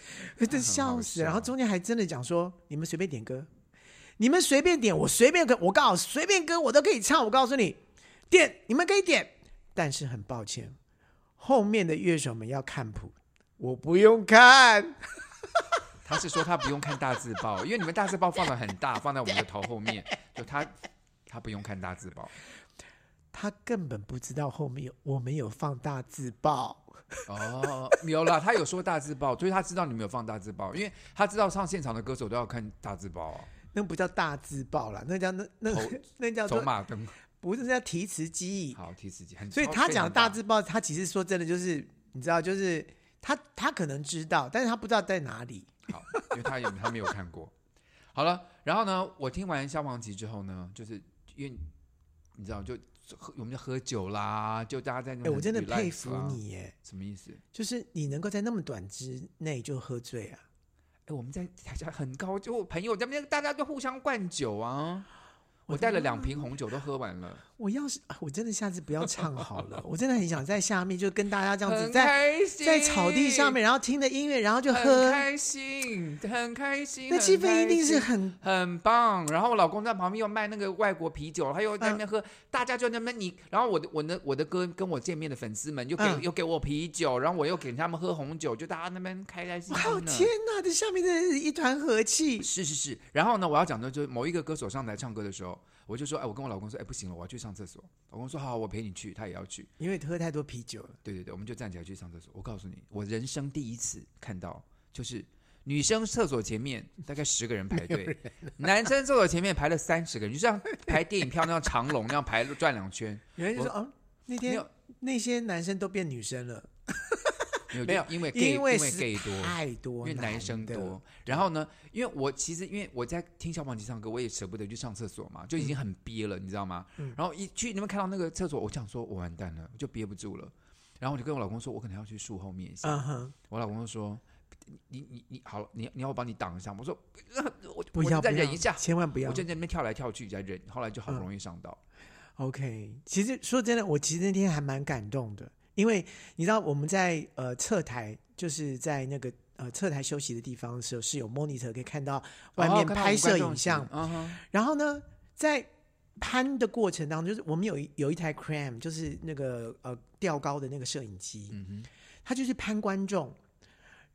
S1: 真笑死了。
S2: 哎很好笑
S1: 然后中间还真的讲说，你们随便点歌，你们随便点，我随便歌，我告诉随便歌我都可以唱。我告诉你，点你们可以点，但是很抱歉，后面的乐手们要看谱，我不用看。
S2: 他是说他不用看大字报，因为你们大字报放的很大，放在我们的头后面，就他他不用看大字报。
S1: 他根本不知道后面有我们有放大字报，
S2: 哦，有啦，他有说大字报，所以他知道你们有放大字报，因为他知道上现场的歌手都要看大字报、啊，
S1: 那不叫大字报啦，那叫那那
S2: 头
S1: 那叫
S2: 走
S1: 做
S2: 马灯。
S1: 不是那叫提词机忆。
S2: 好，提示哦机很。
S1: 所以他讲大
S2: 大
S1: 字报，他其实说真的就是，你知道，就是他他可能知道，但是他不知道在哪里。
S2: 好，因为他也他没有看过。好了，然后呢，我听完消防旗之后呢，就是因为你知道，就喝我们就喝酒啦，就大家在那
S1: 哎、
S2: 边
S1: 我真的
S2: relax 啦
S1: 佩服，你耶，
S2: 什么意思？
S1: 就是你能够在那么短之内就喝醉啊！
S2: 哎，我们在台下很高，就我朋友在那边，大家都互相灌酒啊。
S1: 我
S2: 我
S1: 的
S2: 带了两瓶红酒，都喝完了，
S1: 我要是啊我真的下次不要唱好了， 我真的很想在下面就跟大家这样子
S2: 很
S1: 在
S2: 开心，
S1: 在草地上面，然后听着音乐，然后就
S2: 很
S1: 喝，
S2: 开心，很开心，
S1: 那气
S2: 很开
S1: 氛一定是
S2: 心
S1: 很
S2: 很棒。然后我老公在旁边又卖那个外国啤酒，他又
S1: 嗯
S2: 在那边喝，大家就在那边你，然后我的我的我的哥跟我见面的粉丝们又给、
S1: 嗯
S2: 又给我啤酒，然后我又给他们喝红酒，就大家那边开开心
S1: 哇！
S2: 心呢
S1: 天。哪，这下面真的是一团和气。
S2: 是是是，然后呢，我要讲的就是某一个歌手上台唱歌的时候，我就说，哎，我跟我老公说，哎，不行了，我要去上厕所。老公说，好，我陪你去，他也要去。
S1: 因为喝太多啤酒了，
S2: 对对对，我们就站起来去上厕所。我告诉你，我人生第一次看到，就是女生厕所前面大概十个人 排队，男生厕所前面排了三十个人，就像排电影票那样长龙那样排转两圈。
S1: 有人就
S2: 我
S1: 说：“哦，那
S2: 没
S1: 天
S2: 有，
S1: 那些男生都变女生了。”
S2: 没
S1: 没有
S2: 因为 gay,
S1: 因为
S2: 为 gay
S1: 是
S2: 多，
S1: 太多
S2: 因为男生
S1: 的
S2: 多。然后呢，因为我其实因为我在听消防局唱歌，我也舍不得去上厕所嘛，就已经很憋了，你知道吗？
S1: 嗯
S2: 然后一去那边看到那个厕所，我想说我完蛋了，我就憋不住了。然后我就跟我老公说，我可能要去树后面一下。
S1: 嗯哼，
S2: 我老公就说。你你你好，你你要我帮你挡一下吗？我说，呃我
S1: 不
S2: 我
S1: 要
S2: 再
S1: 不要
S2: 忍一下，
S1: 千万不要嗯
S2: 我。就在那边跳来跳去，在忍，后来就好不容易上到。
S1: OK，其实说真的，我其实那天还蛮感动的，因为你知道我们在呃侧台，就是在那个呃侧台休息的地方的时候，是有 monitor 可以看到外
S2: 哦
S1: 面
S2: 看到
S1: 拍
S2: 无观
S1: 摄
S2: 众
S1: 影
S2: 席
S1: 像。
S2: 嗯哼
S1: 然后呢，在攀的过程当中，就是我们有一有一台 cram，就是那个呃吊高的那个摄影机，
S2: 嗯哼，
S1: 他就是攀观众，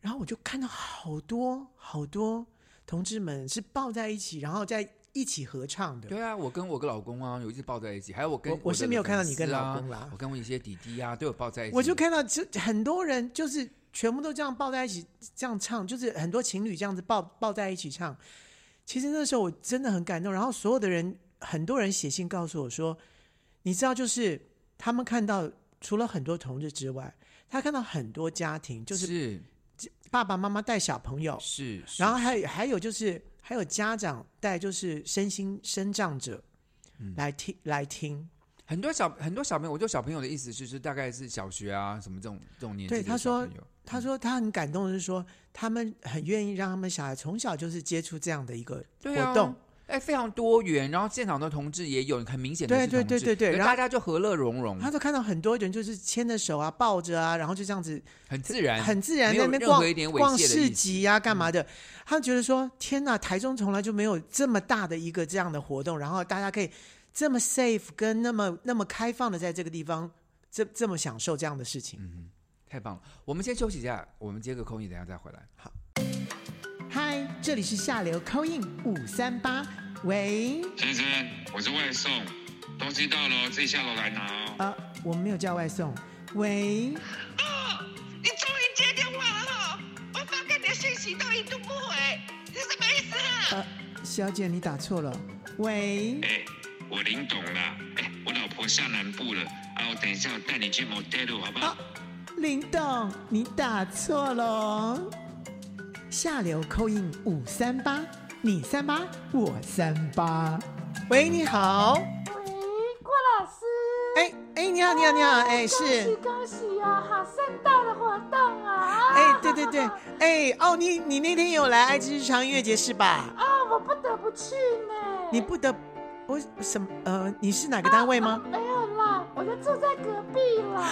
S1: 然后我就看到好多好多同志们是抱在一起，然后在一起合唱的。
S2: 对啊，我跟我跟老公啊，有一次抱在一起，还有我跟
S1: 我我是
S2: 的
S1: 没有看到
S2: 粉
S1: 你跟
S2: 丝
S1: 老
S2: 啊
S1: 公啦
S2: 我跟我一些弟弟啊，都有抱在一起。
S1: 我就看到这很多人就是全部都这样抱在一起这样唱，就是很多情侣这样子抱抱在一起唱。其实那时候我真的很感动，然后所有的人，很多人写信告诉我说，你知道，就是他们看到除了很多同志之外，他看到很多家庭，就是
S2: 是
S1: 爸爸妈妈带小朋友，
S2: 是，是
S1: 然后还有还有就是还有家长带就是身心身障者
S2: 嗯
S1: 来听、来听，
S2: 很多小很多小朋友，我就小朋友的意思是，是大概是小学啊什么这种这种年纪
S1: 对
S2: 的
S1: 他
S2: 小
S1: 说
S2: 朋友
S1: 他说他很感动，的是说他们很愿意让他们小孩从小就是接触这样的一个
S2: 对啊
S1: 活动，
S2: 哎，非常多元，然后现场的同志也有很明显的
S1: 对
S2: 是
S1: 对
S2: 同
S1: 对
S2: 志
S1: 对对
S2: 可是
S1: 然后
S2: 大家就和乐融融，
S1: 他都看到很多人就是牵着手啊、抱着啊，然后就这样子
S2: 很自然，
S1: 很自然
S2: 哎没
S1: 在
S2: 有
S1: 那边
S2: 任
S1: 逛
S2: 何一点猥亵
S1: 逛
S2: 的
S1: 市
S2: 意思嗯
S1: 集啊、干嘛的。他们觉得说天哪，台中从来就没有这么大的一个这样的活动，然后大家可以这么 safe 跟那么那么开放的在这个地方。这这么享受这样的事情，
S2: 太棒了。我们先休息一下，我们接个空气，等一下再回来。
S1: 嗨，这里是下流 c o i n 五三八，喂，
S3: 先生，我是外送，东西到了哦自己下楼来拿哦。
S1: 啊，我们没有叫外送，喂，
S4: 哦，你终于接电话了哈！我发给你的信息都一度不回，你什么意思啊？
S1: 呃，小姐你打错了，喂，
S3: 哎、我林董啦，哎、我老婆下南部了，啊，我等一下我带你去 motel 好不好？
S1: 啊，林董你打错了哦，下流 c o i n 五三八，你三八我三八，喂，你好，
S5: 喂，郭老师，
S1: 哎哎，你好你好你好，哎
S5: 恭喜
S1: 是，
S5: 恭喜啊，好盛大的活动啊！
S1: 哎对对对，哎哦你你那天有来爱之日常音乐节是吧？
S5: 啊，我不得不去呢。
S1: 你不得，我什么？呃，你是哪个单位吗？
S5: 没有啦，哎我就住在隔壁啦。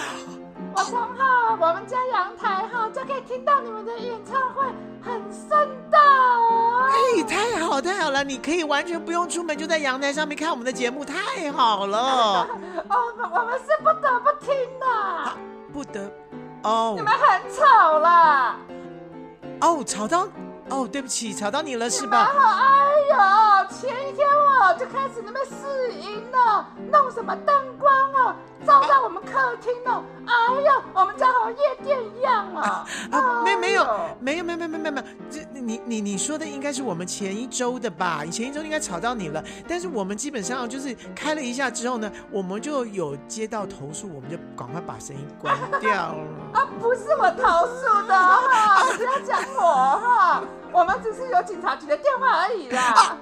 S5: 我从哈我们家阳台哈就可以听到你们的演唱会，很盛大哦。
S1: 哎，太好太好了！你可以完全不用出门，就在阳台上面看我们的节目，太好了！
S5: 我们哦我们是不得不听的，
S1: 不得，哦
S5: 你们很吵啦。
S1: 哦，吵到，哦，对不起，吵到你了是
S5: 然
S1: 吧？
S5: 后，哎呦，前一天我就开始那边试音了，弄什么灯光哦，照在我们客厅哦，哎呦，我们家好像夜店一样哦。
S1: 啊，没没有
S5: 哎呦
S1: 没有没有没有没有没有没有，这你你你说的应该是我们前一周的吧？你前一周应该吵到你了，但是我们基本上就是开了一下之后呢，我们就有接到投诉，我们就赶快把声音关掉了。
S5: 啊，不是我投诉的哈，你不要讲我哈，我们只是有警察局的电话而已啦。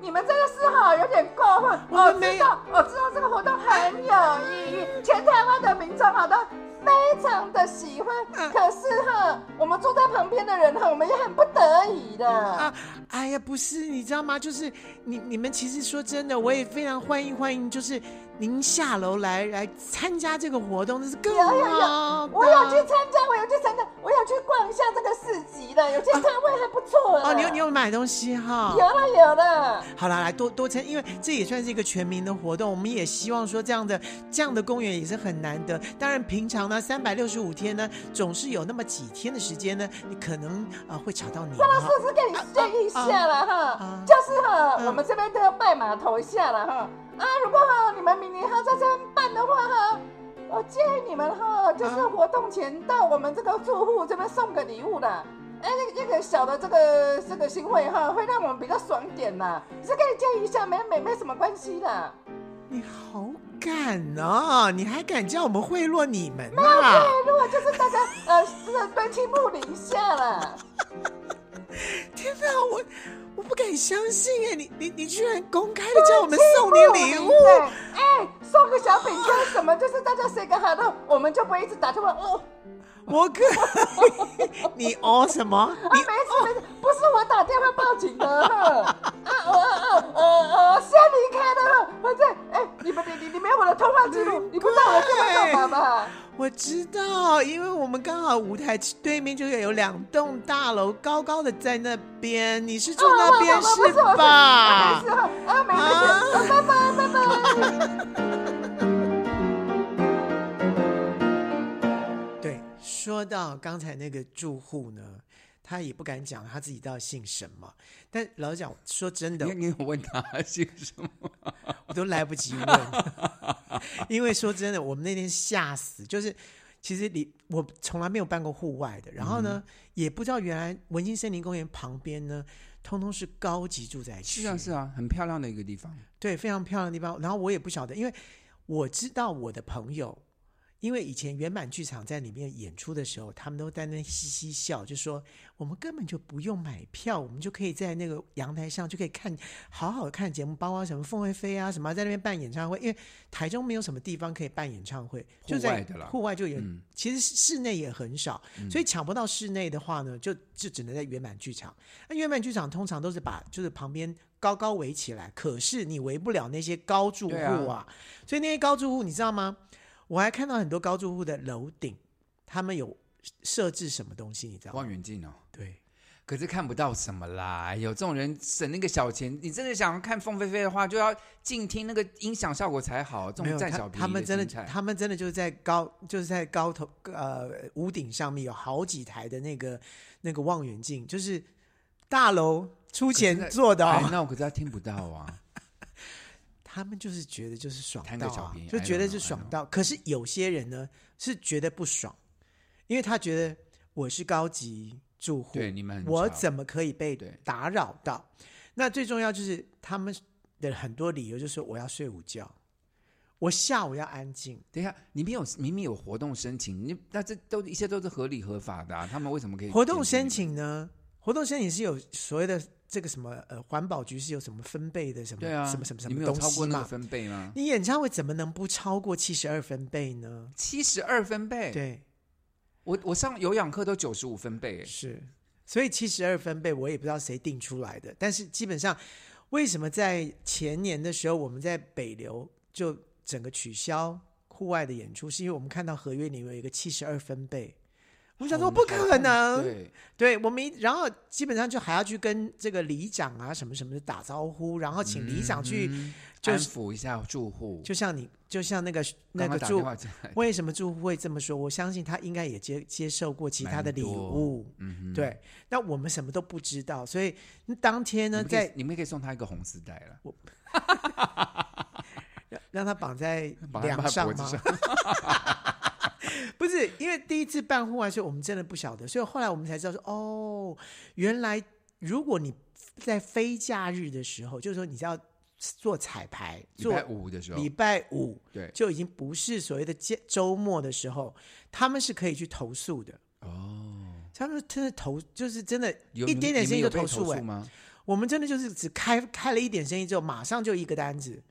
S5: 你们这个事哈有点过分，
S1: 我们
S5: 我
S1: 没
S5: 知
S1: 有
S5: 道，我知道这个活动很有意义，全台湾的民众哈都非常的喜
S1: 嗯
S5: 欢。可是哈，我们坐在旁边的人哈，我们也很不得已的。
S1: 啊，哎呀，不是，你知道吗？就是你你们其实说真的，我也非常欢迎欢迎，就是您下楼来来参加这个活动，那是更
S5: 有有
S1: 好的。
S5: 我有去参加，我有去参加，我有去逛一下这个市集的，有些摊位还不错的
S1: 哦，你有你有买东西哈、
S5: 有了有了。
S1: 好啦，来多多参，因为这也算是一个全民的活动，我们也希望说这样的这样的公园也是很难得。当然，平常呢，三百六十五天呢，总是有那么几天的时间呢，你可能啊、呃会吵到你
S5: 那
S1: 哈
S5: 是。不是给你建议一下了
S1: 啊
S5: 哈？就是哈
S1: 嗯，
S5: 我们这边都要拜码头一下了哈。啊，如果哈你们明年哈在这边办的话哈，我建议你们哈，就是
S1: 啊
S5: 活动前到我们这个住户这边送个礼物啦。哎，那个小的这个这个行为哈，会让我们比较爽点啦。是给你建议一下，没没没什么关系的。
S1: 你好敢哦，你还敢叫我们贿�赂你们呐、
S5: 哎，如果就是大家呃，真的被听不离下了。
S1: 天哪，我我不敢相信哎，你你你居然公开的叫我们送你礼物，
S5: 对，哎，送个小饼干什么，就是大家 say 个 hello，我们就不会一直打电话哦。
S1: 我可以，你哦什么？
S5: 啊，没事没事，不是我打电话报警的。啊呃呃呃呃，先离开了，我在哎，你们你你你没有我的通话记录，你不知道我电话干嘛吧？
S1: 我知道，因为我们刚好舞台对面就有两栋大楼，高高的在那边，你是住那边是吧？
S5: 啊，没事啊，没事，拜拜拜拜。
S1: 对，说到刚才那个住户呢，他也不敢讲他自己到底姓什么，但老实讲，说真的
S2: 你，你有问他 姓什么？
S1: 我都来不及问， 因为说真的，我们那天吓死，就是其实你我从来没有办过户外的，然后呢，也不知道原来文心森林公园旁边呢，通通是高级住宅区，
S2: 是啊是啊，很漂亮的一个地方。
S1: 对，非常漂亮的地方。然后我也不晓得，因为我知道我的朋友，因为以前圆满剧场在里面演出的时候，他们都在那嘻嘻笑，就说我们根本就不用买票，我们就可以在那个阳台上就可以看好好看节目，包括什么凤飞飞啊什么，在那边办演唱会。因为台中没有什么地方可以办演唱会，就
S2: 户
S1: 在
S2: 外的啦
S1: 户外就有，
S2: 嗯
S1: 其实室内也很少，所以抢不到室内的话呢，就就只能在圆满剧场。那圆满剧场通常都是把就是旁边高高围起来，可是你围不了那些高住户
S2: 对
S1: 啊，所以那些高住户你知道吗？我还看到很多高住户的楼顶，他们有设置什么东西，你知道吗
S2: 望？远镜哦，
S1: 对，
S2: 可是看不到什么啦。有这种人省那个小钱，你真的想要看凤飞飞的话，就要静听那个音响效果才好。这
S1: 没
S2: 种
S1: 有
S2: 占
S1: 他
S2: 小便宜
S1: 他们真的，
S2: 心态
S1: 他们真的就是在高，就是在高头呃屋顶上面有好几台的那个那个望远镜，就是大楼出钱做的、
S2: 哎
S1: 哦，
S2: 那我可是他听不到啊。
S1: 他们就是觉得就是爽
S2: 贪
S1: 到
S2: 个小
S1: 啊
S2: 便宜
S1: 就
S2: I
S1: 觉
S2: don't
S1: 得
S2: know,
S1: 是
S2: I
S1: 爽
S2: don't
S1: 到。可是有些人呢是觉得不爽，因为他觉得我是高级住户，
S2: 对，你们很
S1: 我
S2: 吵
S1: 怎么可以被
S2: 对
S1: 打扰到？那最重要就是他们的很多理由就是我要睡午觉，我下午要安静。
S2: 等一下，你们有明明有活动申请，你那这都一切都是合理合法的、啊，他们为什么可以
S1: 活动
S2: 限
S1: 申
S2: 制
S1: 请呢？活动申请是有所谓的这个什么呃环保局是有什么分贝的什么
S2: 你们？对啊，
S1: 什么什么什
S2: 你
S1: 么
S2: 们
S1: 东
S2: 有
S1: 西
S2: 超过那个
S1: 嘛
S2: 分贝吗？
S1: 你演唱会怎么能不超过七十二分贝呢？
S2: 七十二分贝，
S1: 对，
S2: 我我上有氧课都九十五分贝，
S1: 是，所以七十二分贝我也不知道谁定出来的，但是基本上，为什么在前年的时候我们在北流就整个取消户外的演出，是因为我们看到合约里面有一个七十二分贝，我们想说
S2: 好
S1: 不可能，啊
S2: 对，
S1: 对我们一，然后基本上就还要去跟这个里长啊什么什么的打招呼，然后请里长去，就
S2: 嗯安
S1: 是
S2: 抚一下住户。
S1: 就像你就像那个那
S2: 刚
S1: 个
S2: 刚打
S1: 住
S2: 电话进来，
S1: 为什么住户会这么说？我相信他应该也接接受过其他的礼
S2: 蛮多
S1: 物，
S2: 嗯哼，
S1: 对，那我们什么都不知道，所以当天
S2: 你
S1: 呢，
S2: 们可以
S1: 在
S2: 你们可以送他一个红丝带了，
S1: 让他绑在
S2: 绑在他
S1: 梁
S2: 的
S1: 上
S2: 脖子
S1: 吗
S2: 上？
S1: 不是，因为第一次办户外，所以我们真的不晓得，所以后来我们才知道说，哦，原来如果你在非假日的时候，就是说你要做彩排，
S2: 礼
S1: 做
S2: 拜五的时候
S1: 礼，拜五
S2: 对，
S1: 就已经不是所谓的周周末的时候，他们是可以去投诉的。
S2: 哦，
S1: 他们真的投，就是真的，
S2: 有
S1: 一
S2: 你
S1: 点点
S2: 们你
S1: 声
S2: 们
S1: 音
S2: 有
S1: 就
S2: 被投
S1: 诉哎、
S2: 吗？
S1: 我们真的就是只开开了一点声音之后，马上就一个单子，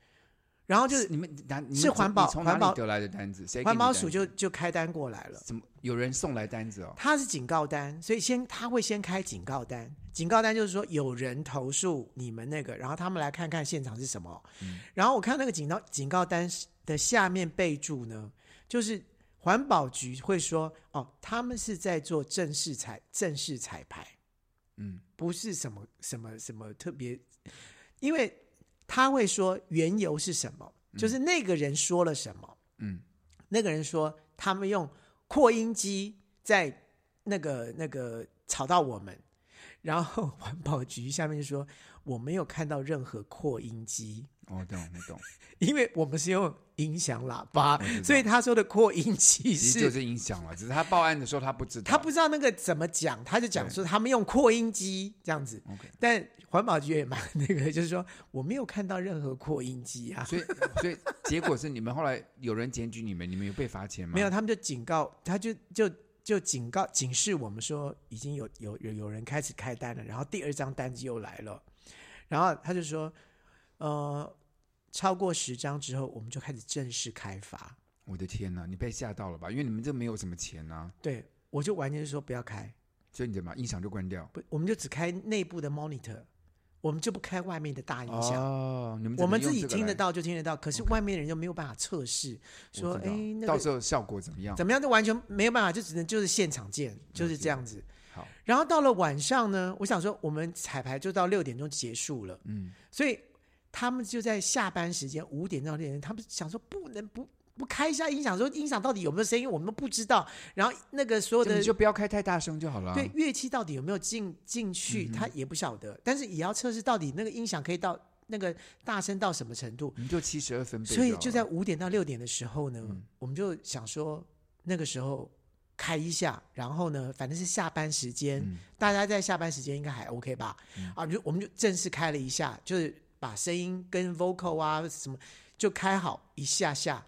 S1: 然后就
S2: 你们拿你们
S1: 是环保
S2: 你从哪
S1: 环保
S2: 里得来的单子？谁给
S1: 环
S2: 你
S1: 保
S2: 单
S1: 署
S2: 子
S1: 就就开单过来了。
S2: 怎么有人送来单子哦？
S1: 它是警告单，所以先他会先开警告单。警告单就是说有人投诉你们那个，然后他们来看看现场是什么。
S2: 嗯
S1: 然后我看那个警告警告单的下面备注呢，就是环保局会说哦，他们是在做正式彩正式彩排，
S2: 嗯，
S1: 不是什么什么什么特别，因为他会说缘由是什么，就是那个人说了什么。
S2: 嗯，
S1: 那个人说他们用扩音机在那个那个吵到我们，然后 环保局下面就说我没有看到任何扩音机，
S2: 我哦懂，我懂，
S1: 因为我们是用音响喇叭
S2: 知，道
S1: 所以他说的扩音机
S2: 其实
S1: 是。
S2: 就是音响了，只是他报案的时候他不知道，
S1: 他不知道那个怎么讲，他就讲说他们用扩音机这样子
S2: OK
S1: 但环保局也蛮 那个，就是说我没有看到任何扩音机啊，
S2: 所以，所以结果是你们后来有人检举你们，你们有被罚钱吗？
S1: 没有，，他们就警告，他就就就警告警示我们说，已经有有有有人开始开单了，然后第二张单子又来了，然后他就说，呃，超过十张之后，我们就开始正式开罚。
S2: 我的天呐，你被吓到了吧？因为你们这没有什么钱呐、
S1: 对我就完全是说不要开，
S2: 所以你怎么音响就关掉？
S1: 不，我们就只开内部的 monitor，我们就不开外面的大音响。
S2: 哦，你们
S1: 我
S2: 怎么
S1: 们
S2: 用
S1: 自己
S2: 这个
S1: 听
S2: 来
S1: 得，到就听得到，可是外面的人就没有办法测试，
S2: 我
S1: 说
S2: 知
S1: 哎
S2: 道
S1: 那
S2: 到
S1: 个
S2: 时候效果怎么样？
S1: 怎么样就完全没有办法，就只能就是现场见，就是这样子。
S2: 好，
S1: 然后到了晚上呢，我想说我们彩排就到六点钟结束了，
S2: 嗯，
S1: 所以他们就在下班时间五点到六点，他们想说不能不不开一下音响，说音响到底有没有声音，我们都不知道。然后那个所有
S2: 这
S1: 的
S2: 你就不要开太大声就好了啊。嗯
S1: 对乐器到底有没有进进去，他也不晓得，但是也要测试到底那个音响可以到那个大声到什么程度。
S2: 你们就七十二分贝好
S1: 所
S2: 了，
S1: 以就在五点到六点的时候呢，
S2: 嗯
S1: 我们就想说那个时候开一下，然后呢，反正是下班时间，
S2: 嗯
S1: 大家在下班时间应该还 OK 吧？啊，就我们就正式开了一下，就是把声音跟 vocal 啊什么就开好一下下，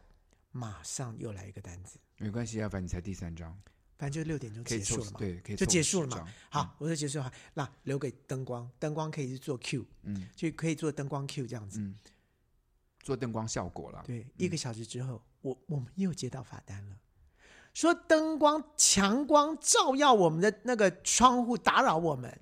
S1: 马上又来一个单子，
S2: 没关系啊，反正你才第三张，
S1: 反正就六点钟
S2: 可以
S1: 结束
S2: 凑
S1: 了嘛。
S2: 对，可以
S1: 就
S2: 凑
S1: 结束了
S2: 10
S1: 嘛
S2: 张。
S1: 好，我就结束了。那留给灯光，灯光可以去做 Q，
S2: 嗯，
S1: 就可以做灯光 Q 这样子。
S2: 嗯做灯光效果啦。
S1: 对，一个小时之后，我我们又接到罚单了，说灯光强光照耀我们的那个窗户，打扰我们。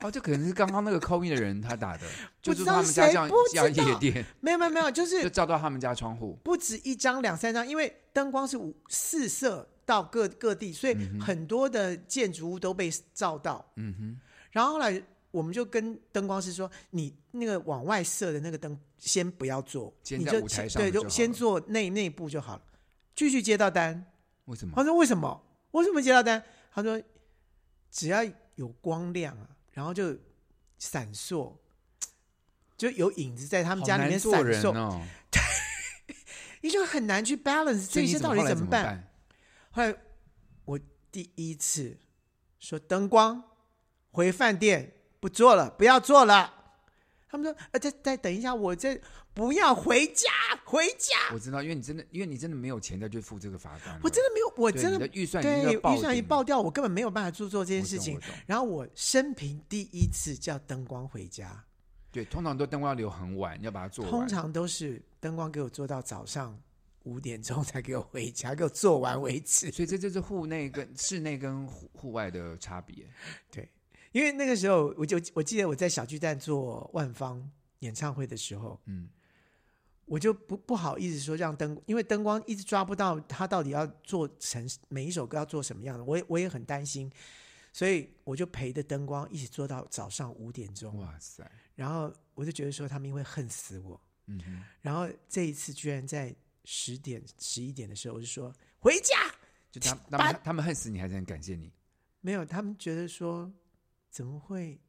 S2: 哦，这可能是刚刚那个扣音的人他打的，
S1: 不
S2: 就
S1: 知
S2: 是
S1: 道
S2: 他们家
S1: 谁
S2: 这样
S1: 不知
S2: 叫夜
S1: 道
S2: 店，
S1: 没有没有没有，就
S2: 就是照到他们家窗户。
S1: 不止一张两三张，因为灯光是五四射到各各地，所以很多的建筑物都被照到。
S2: 嗯哼，
S1: 然后后来我们就跟灯光师说，你那个往外射的那个灯先不要做，
S2: 先
S1: 你
S2: 在
S1: 就
S2: 舞台
S1: 先
S2: 上
S1: 对，
S2: 就
S1: 就
S2: 好
S1: 先
S2: 了
S1: 做内内部就好了。继续接到单，
S2: 为什么
S1: 他？说为什么？为什么接到单？他说只要有光亮啊，然后就闪烁，就有影子在他们
S2: 好
S1: 家里
S2: 难
S1: 面闪
S2: 做人
S1: 烁，
S2: 哦，
S1: 你就很难去 balance
S2: 所
S1: 这
S2: 以你
S1: 些到
S2: 怎么后
S1: 底
S2: 来
S1: 怎
S2: 怎
S1: 么
S2: 么
S1: 办？
S2: 办？
S1: 后来我第一次说灯光回饭店不做了，不要做了。他们说：“呃，再再等一下，我这不要回家，回家。
S2: 我知道，因为你真的，因为你真的没有钱再去付这个罚单了。
S1: 我真的没有，我
S2: 对
S1: 真
S2: 你
S1: 的
S2: 的预算已经
S1: 对
S2: 要爆
S1: 预算一
S2: 顶
S1: 爆掉，我根本没有办法去做这件
S2: 我
S1: 事
S2: 懂
S1: 情
S2: 我懂。
S1: 然后我生平第一次叫灯光回家，
S2: 对，通常都灯光要留很晚，要把它做完。
S1: 通常都是灯光给我做到早上五点钟才给我回家，给我做完为止。
S2: 所以这就是户内跟室内跟户户外的差别。
S1: 对，因为那个时候我就我记得我在小巨蛋做万芳演唱会的时候，
S2: 嗯，
S1: 我就不不好意思说让灯，因为灯光一直抓不到他到底要做成每一首歌要做什么样的，我也我也很担心，所以我就陪着灯光一起做到早上五点钟。
S2: 哇塞，
S1: 然后我就觉得说他们会恨死我。
S2: 嗯哼，
S1: 然后这一次居然在十点十一点的时候，我就说回家，
S2: 就他他
S1: 把
S2: 们他们恨死你，还是很感谢你。
S1: 没有，他们觉得说怎么会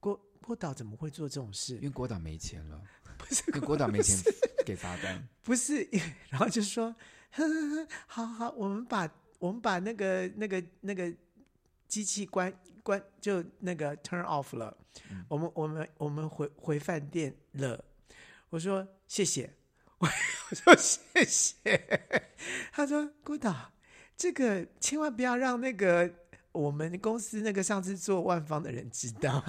S1: 郭郭导怎么会做这种事
S2: 因？为郭导没钱了，不是因为郭导 没钱给罚单，
S1: 不是， 然后就说，呵呵呵好好，我们把我们把那个那个那个机器关关就那个 turn off 了，我们我们我们回回饭店了。我说谢谢， 我我说谢谢。他说郭导，这个千万不要让那个我们公司那个上次做万方的人知道。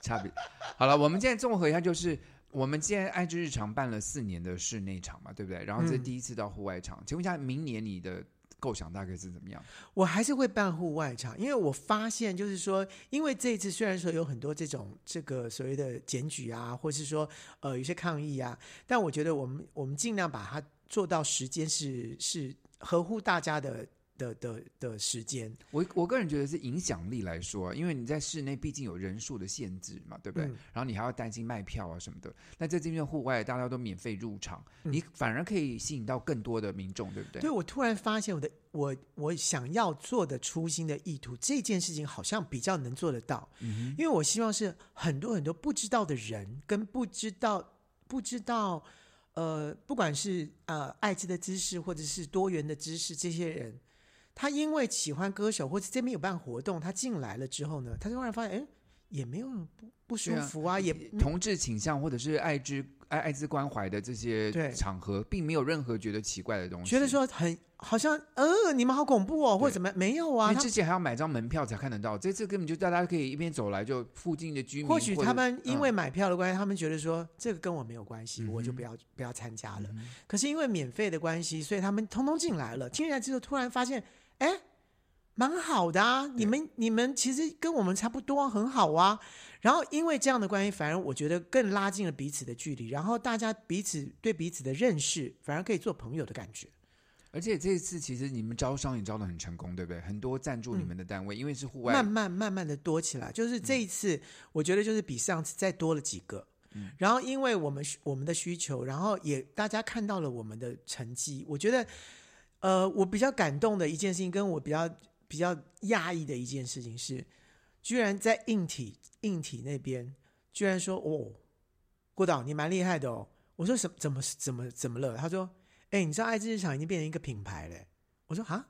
S2: 差别。好了，我们现在综合一下，就是我们现在爱之日常办了四年的室内场嘛，对不对？然后这是
S1: 嗯
S2: 第一次到户外场，请问一下，明年你的构想大概是怎么样？
S1: 我还是会办户外场，因为我发现就是说，因为这一次虽然说有很多这种这个所谓的检举啊，或是说呃有些抗议啊，但我觉得我们我们尽量把它做到时间是是合乎大家的的的的时间，
S2: 我我个人觉得是影响力来说啊，因为你在室内毕竟有人数的限制嘛，对不对？
S1: 嗯
S2: 然后你还要担心卖票啊什么的。那在这边户外，大家都免费入场，你反而可以吸引到更多的民众，对不对？
S1: 嗯对我突然发现我的我我想要做的初心的意图这件事情好像比较能做得到，
S2: 嗯
S1: 因为我希望是很多很多不知道的人跟不知道不知道呃，不管是呃艾滋的知识或者是多元的知识，这些人他因为喜欢歌手或者这边有办活动，他进来了之后呢，他突然发现哎也没有不不舒
S2: 对啊
S1: 服啊，也
S2: 同志倾向或者是爱之爱艾滋关怀的这些
S1: 对
S2: 场合，并没有任何觉得奇怪的东西。
S1: 觉得，说很好像，呃，你们好恐怖哦，或者怎么样没有
S2: 因
S1: 啊？
S2: 为
S1: 他
S2: 之前还要买张门票才看得到，这次根本就大家可以一边走来就附近的居民，
S1: 或许他们因为
S2: 嗯
S1: 买票的关系，他们觉得说这个跟我没有关系，我就不要不要参加
S2: 嗯
S1: 了。可是因为免费的关系，所以他们通通进来了。进来之后，突然发现，哎，蛮好的啊！你们你们其实跟我们差不多，很好啊。然后因为这样的关系，反而我觉得更拉近了彼此的距离，然后大家彼此对彼此的认识，反而可以做朋友的感觉。
S2: 而且这一次其实你们招商也招的很成功，对不对？很多赞助你们的单位，因为是户外嗯
S1: 慢慢慢慢的多起来。就是这一次，我觉得就是比上次再多了几个。
S2: 嗯
S1: 然后，因为我们需我们的需求，然后也大家看到了我们的成绩，我觉得，呃，我比较感动的一件事情，跟我比较比较讶异的一件事情是，居然在硬体硬体那边，居然说哦，郭导你蛮厉害的哦。我说什怎么怎么怎么了？他说，哎，你知道爱之日常已经变成一个品牌了。我说啊，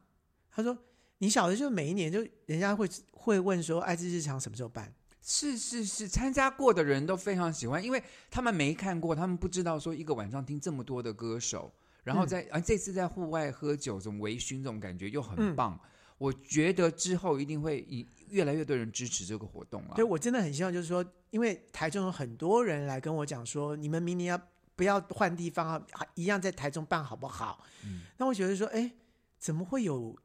S1: 他说你晓得，就每一年就人家会会问说，爱之日常什么时候办？
S2: 是是是，参加过的人都非常喜欢，因为他们没看过，他们不知道说一个晚上听这么多的歌手，然后在、啊这次在户外喝酒，这种微醺这种感觉又很棒。我觉得之后一定会以越来越多人支持这个活动了。
S1: 对我真的很希望，就是说，因为台中有很多人来跟我讲说，你们明年要不要换地方啊？啊一样在台中办好不好？
S2: 嗯
S1: 那我觉得说，哎，怎么会有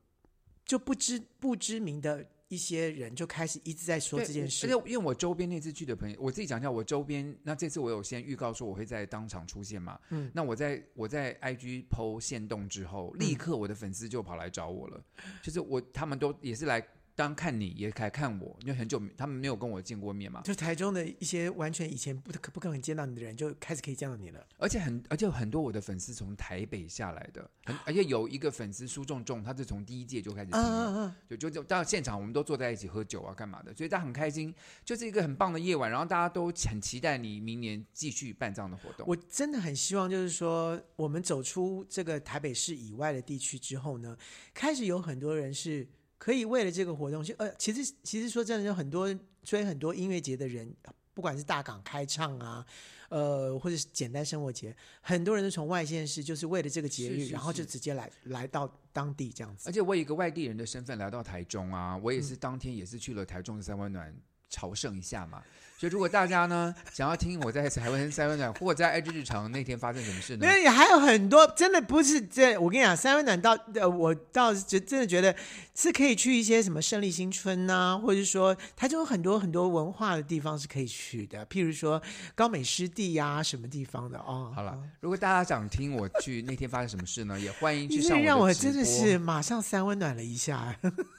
S1: 就不知不知名的一些人就开始一直在说
S2: 对
S1: 这件事
S2: 而？且因为我周边那次去的朋友，我自己讲一下，我周边那这次我有先预告说我会在当场出现嘛，
S1: 嗯
S2: 那我在我在 IG 剖线动之后，立刻我的粉丝就跑来找我了，就是我他们都也是来当看你，也来看我，因为很久没他们没有跟我见过面嘛，
S1: 就台中的一些完全以前不可不可能见到你的人，就开始可以见到你了。
S2: 而且很而且很多我的粉丝从台北下来的，很而且有一个粉丝苏仲仲，他是从第一届就开始听
S1: 啊
S2: 了。
S1: 啊啊！
S2: 就就就到现场，我们都坐在一起喝酒啊，干嘛的，所以大家很开心，就是一个很棒的夜晚。然后大家都很期待你明年继续办这样的活动。
S1: 我真的很希望，就是说，我们走出这个台北市以外的地区之后呢，开始有很多人是可以为了这个活动去，呃，其实其实说真的，有很多追很多音乐节的人，不管是大港开唱啊，呃，或者是简单生活节，很多人都从外县市就是为了这个节日，
S2: 是是
S1: 然后就是直接来来到当地这样子
S2: 而。且我以一个外地人的身份来到台中啊，我也是当天也是去了台中的三温暖朝圣一下嘛。所以如果大家呢想要听我在台湾三温暖或者在爱之日常那天发生什么事呢
S1: 没？有，也还有很多，真的不是这。我跟你讲，三温暖到呃，我倒是觉真的觉得是可以去一些什么胜利新村呐、或者是说它就有很多很多文化的地方是可以去的，譬如说高美湿地呀、什么地方的哦。
S2: 好
S1: 哦
S2: 了，，如果大家想听我去那天发生什么事呢，也欢迎
S1: 你
S2: 去
S1: 这
S2: 上
S1: 让
S2: 我
S1: 我
S2: 的直播。
S1: 真的是马上三温暖了一 下。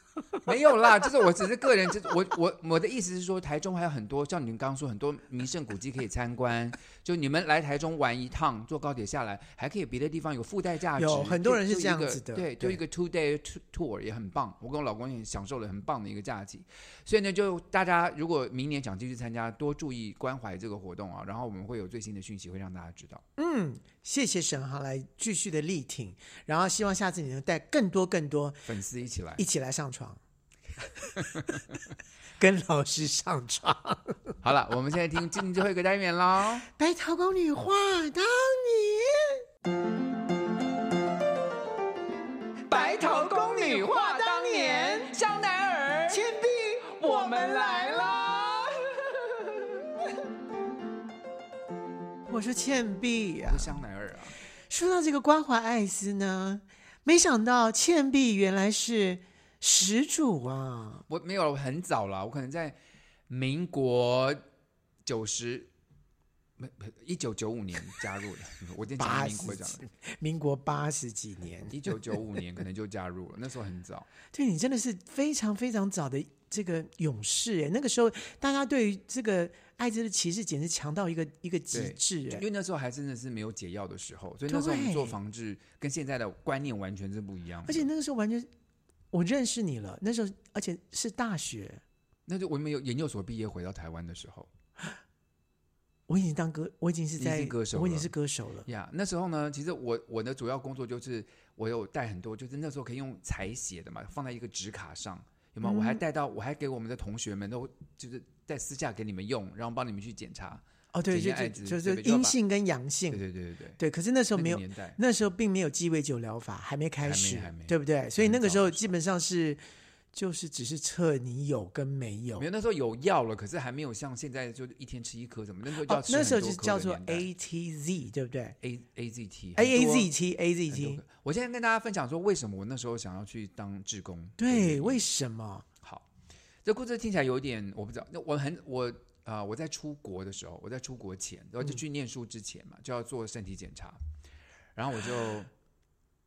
S2: 没有啦，就是我只是个人，就是我我我的意思是说，台中还有很多像你们刚刚说很多名胜古迹可以参观， 就你们来台中玩一趟，坐高铁下来，还可以别的地方有附带价值。
S1: 有很多人是
S2: 就
S1: 这样
S2: 就一个
S1: 子的
S2: 对，
S1: 对
S2: 就一个 two day tour 也很棒。我跟我老公也享受了很棒的一个假期，所以呢，就大家如果明年想继续参加，多注意关怀这个活动啊，然后我们会有最新的讯息会让大家知道。
S1: 嗯，谢谢沈航来继续的力挺，然后希望下次你能带更多更多
S2: 粉丝一起来
S1: 一，起来上 床，跟老师上床。
S2: 好了，我们现在听今天最后一个单元喽。
S1: 白头宫女话当年，
S6: 白头宫女话当年，香奈儿、倩碧，我们来啦！
S1: 我说倩碧啊，
S2: 香奈儿啊，
S1: 说到这个关怀艾斯呢，没想到倩碧原来是始祖啊！
S2: 我没有，我很早了，我可能在民国九十，没一九九五年加入的。 我今天讲
S1: 八
S2: 的民
S1: 十
S2: 国讲的
S1: 几，民国八十几年，
S2: 一九九五年可能就加入了，那时候很早。
S1: 对你真的是非常非常早的这个勇士哎！那个时候大家对于这个艾滋的歧视简直强到一个一个极
S2: 对
S1: 致
S2: 就因
S1: 哎！
S2: 为那时候还真的是没有解药的时候，所以那时候我们做防治跟现在的观念完全是不一样的。
S1: 而且那个时候完全我认识你了，那时候而且是大学，
S2: 那就我们有研究所毕业回到台湾的时候，
S1: 我已经当歌，我已经是
S2: 你已经
S1: 在
S2: 是歌手
S1: 我已经
S2: 了
S1: 是歌手了。
S2: 呀那时候呢，其实我我的主要工作就是我有带很多，就是那时候可以用裁写的嘛，放在一个纸卡上，有吗？
S1: 嗯
S2: 我还带到，我还给我们的同学们都就是在私下给你们用，然后帮你们去检查。
S1: 哦，对，
S2: 检
S1: 就
S2: 验艾滋
S1: 就就
S2: 这
S1: 就
S2: 边就要
S1: 阴
S2: 把
S1: 性跟阳性，
S2: 对对对对对，
S1: 对，可是那时候没
S2: 那个
S1: 有，
S2: 年代
S1: 那时候并没有鸡尾酒疗法，还没开
S2: 还没
S1: 始，
S2: 还没
S1: 对不对？所以
S2: 很
S1: 那个
S2: 早
S1: 时候
S2: 的
S1: 基本上是就是只是测你有跟没有
S2: 没。有那时候有药了，可是还没有像现在就一天吃一颗什么，那时候就要
S1: 哦，
S2: 吃
S1: 那
S2: 很
S1: 时候
S2: 多
S1: 就是
S2: 颗
S1: 叫
S2: 的
S1: 做
S2: 年代
S1: A T Z，对不对
S2: A A Z T
S1: ？A A
S2: 很多
S1: Z T A Z
S2: 很
S1: T，
S2: 多颗我现在跟大家分享说，为什么我那时候想要去当志工的原因。
S1: 对，为什么？
S2: 好，这故事听起来有点我不知道。那我很我啊、我在出国的时候，我在出国前，然后
S1: 嗯
S2: 就去念书之前嘛，就要做身体检查，然后我 就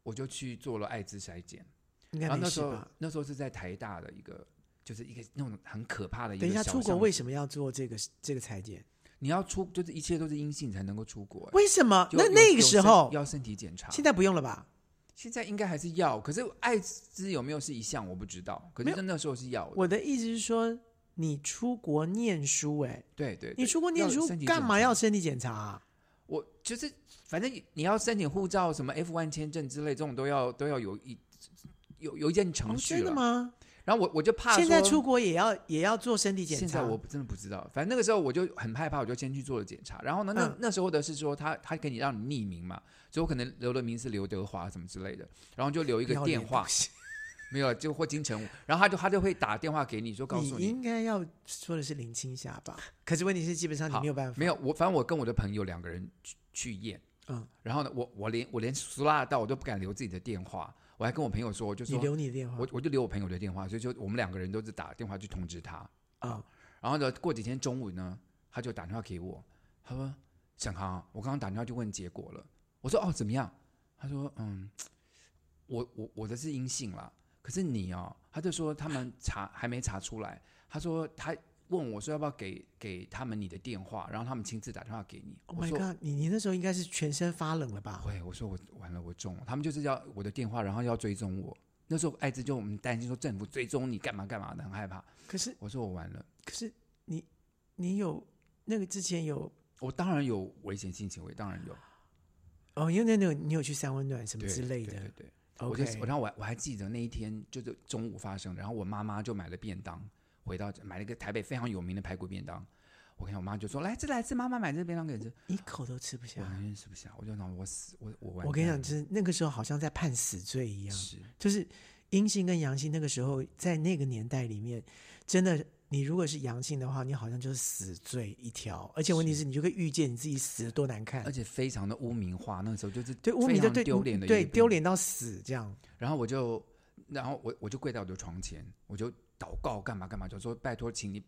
S2: 我就去做了艾滋筛检，
S1: 应该
S2: 然后
S1: 没
S2: 那时
S1: 事
S2: 候
S1: 吧？
S2: 那时候是在台大的一个。就是一个那种很可怕的一个
S1: 等一下，
S2: 小
S1: 出国
S2: 巷
S1: 为
S2: 子
S1: 什么要做这个这个裁剪？
S2: 你要出，就是一切都是阴性才能够出国、欸。
S1: 为什么？
S2: 就
S1: 那
S2: 有
S1: 那
S2: 有
S1: 个时
S2: 身
S1: 候，
S2: 要身体检查，
S1: 现在不用了吧？
S2: 现在应该还是要，可是艾滋有没有是一项我不知道，可
S1: 没
S2: 是
S1: 有
S2: 那那时候是要的。
S1: 我的意思是说，你出国念书、哎，
S2: 对对，
S1: 你
S2: 对
S1: 出国念
S2: 要
S1: 书
S2: 身体
S1: 干
S2: 检
S1: 嘛
S2: 查
S1: 要身体检查啊、
S2: 我就是，反正你要申请护照、什么 F one 签证之类，这种都要都要有一有有一件
S1: 哦
S2: 程，序
S1: 真
S2: 了。
S1: 的吗？
S2: 然后我我就怕
S1: 现在
S2: 啊说
S1: 出国也要也要做身体检查。
S2: 现在我真的不知道，反正那个时候我就很害怕，我就先去做了检查。然后呢，那、
S1: 嗯
S2: 那时候的是说他他给你让你匿名嘛，所以我可能留的名是刘德华什么之类的，然后就留一
S1: 一
S2: 个电话，没有就或金城武，然后他就他就会打电话给你， 就告
S1: 你
S2: 诉
S1: 应该要说的是林青霞吧？可是问题是，基本上你
S2: 好
S1: 没有办法，
S2: 没有，我反正我跟我的朋友两个人去去验，
S1: 嗯
S2: 嗯，然后呢，我我连我连俗辣到我都不敢留自己的电话，我还跟我朋友说，我就
S1: 你
S2: 说
S1: 留你的电话
S2: 我我就留我朋友的电话，所以就我们两个人都是打电话去通知他。
S1: 啊、
S2: 然后呢，过几天中午呢，他就打电话给我，他说：“沈航，我刚刚打电话去问结果了。”我说：“哦，怎么样？”他说：“嗯，我我我的是阴性啦，可是你哦，他就说他们查还没查出来。他说他问我说要不要给给他们你的电话，然后他们亲自打电话给你。
S1: Oh
S2: 我
S1: my
S2: 说
S1: god！你你那时候应该是全身发冷了吧？
S2: 喂，我说我完了，我中了。他们就是要我的电话，然后要追踪我。那时候艾滋就我们担心说政府追踪你干嘛干嘛的，很害怕。
S1: 可是
S2: 我说我完了，
S1: 可是你你有那个之前有
S2: 我当然有危险性行为，当然有
S1: 哦，因为那那种你有去三温暖什么
S2: 对
S1: 之类
S2: 对
S1: 的
S2: 对对，我就
S1: ，OK，
S2: 然后我还我还记得那一天就是中午发生的，然后我妈妈就买了便当，回到买了一个台北非常有名的排骨便当。我看我妈就说：“来，这来吃，妈妈买这便当给你吃。
S1: 一口都吃不
S2: 我
S1: 下。
S2: 完全吃不下，我就想我死，我我完
S1: 我跟你
S2: 蛋
S1: 讲，就是那个时候好像在判死罪一
S2: 了
S1: 样，
S2: 是
S1: 就是阴性跟阳性，那个时候在那个年代里面，真的，你如果是阳性的话，你好像就是死罪一条，而且问题是，你就会预见你自己死的多难看
S2: 而，且非常的污名化，那个时候就是
S1: 对，污
S2: 非
S1: 名就
S2: 常
S1: 对嗯
S2: 丢脸的一个
S1: 对
S2: 病
S1: 丢脸到死这样。
S2: 然后我就，然后我我就跪在我的床前，我就祷告干嘛干嘛，就说拜托，请你，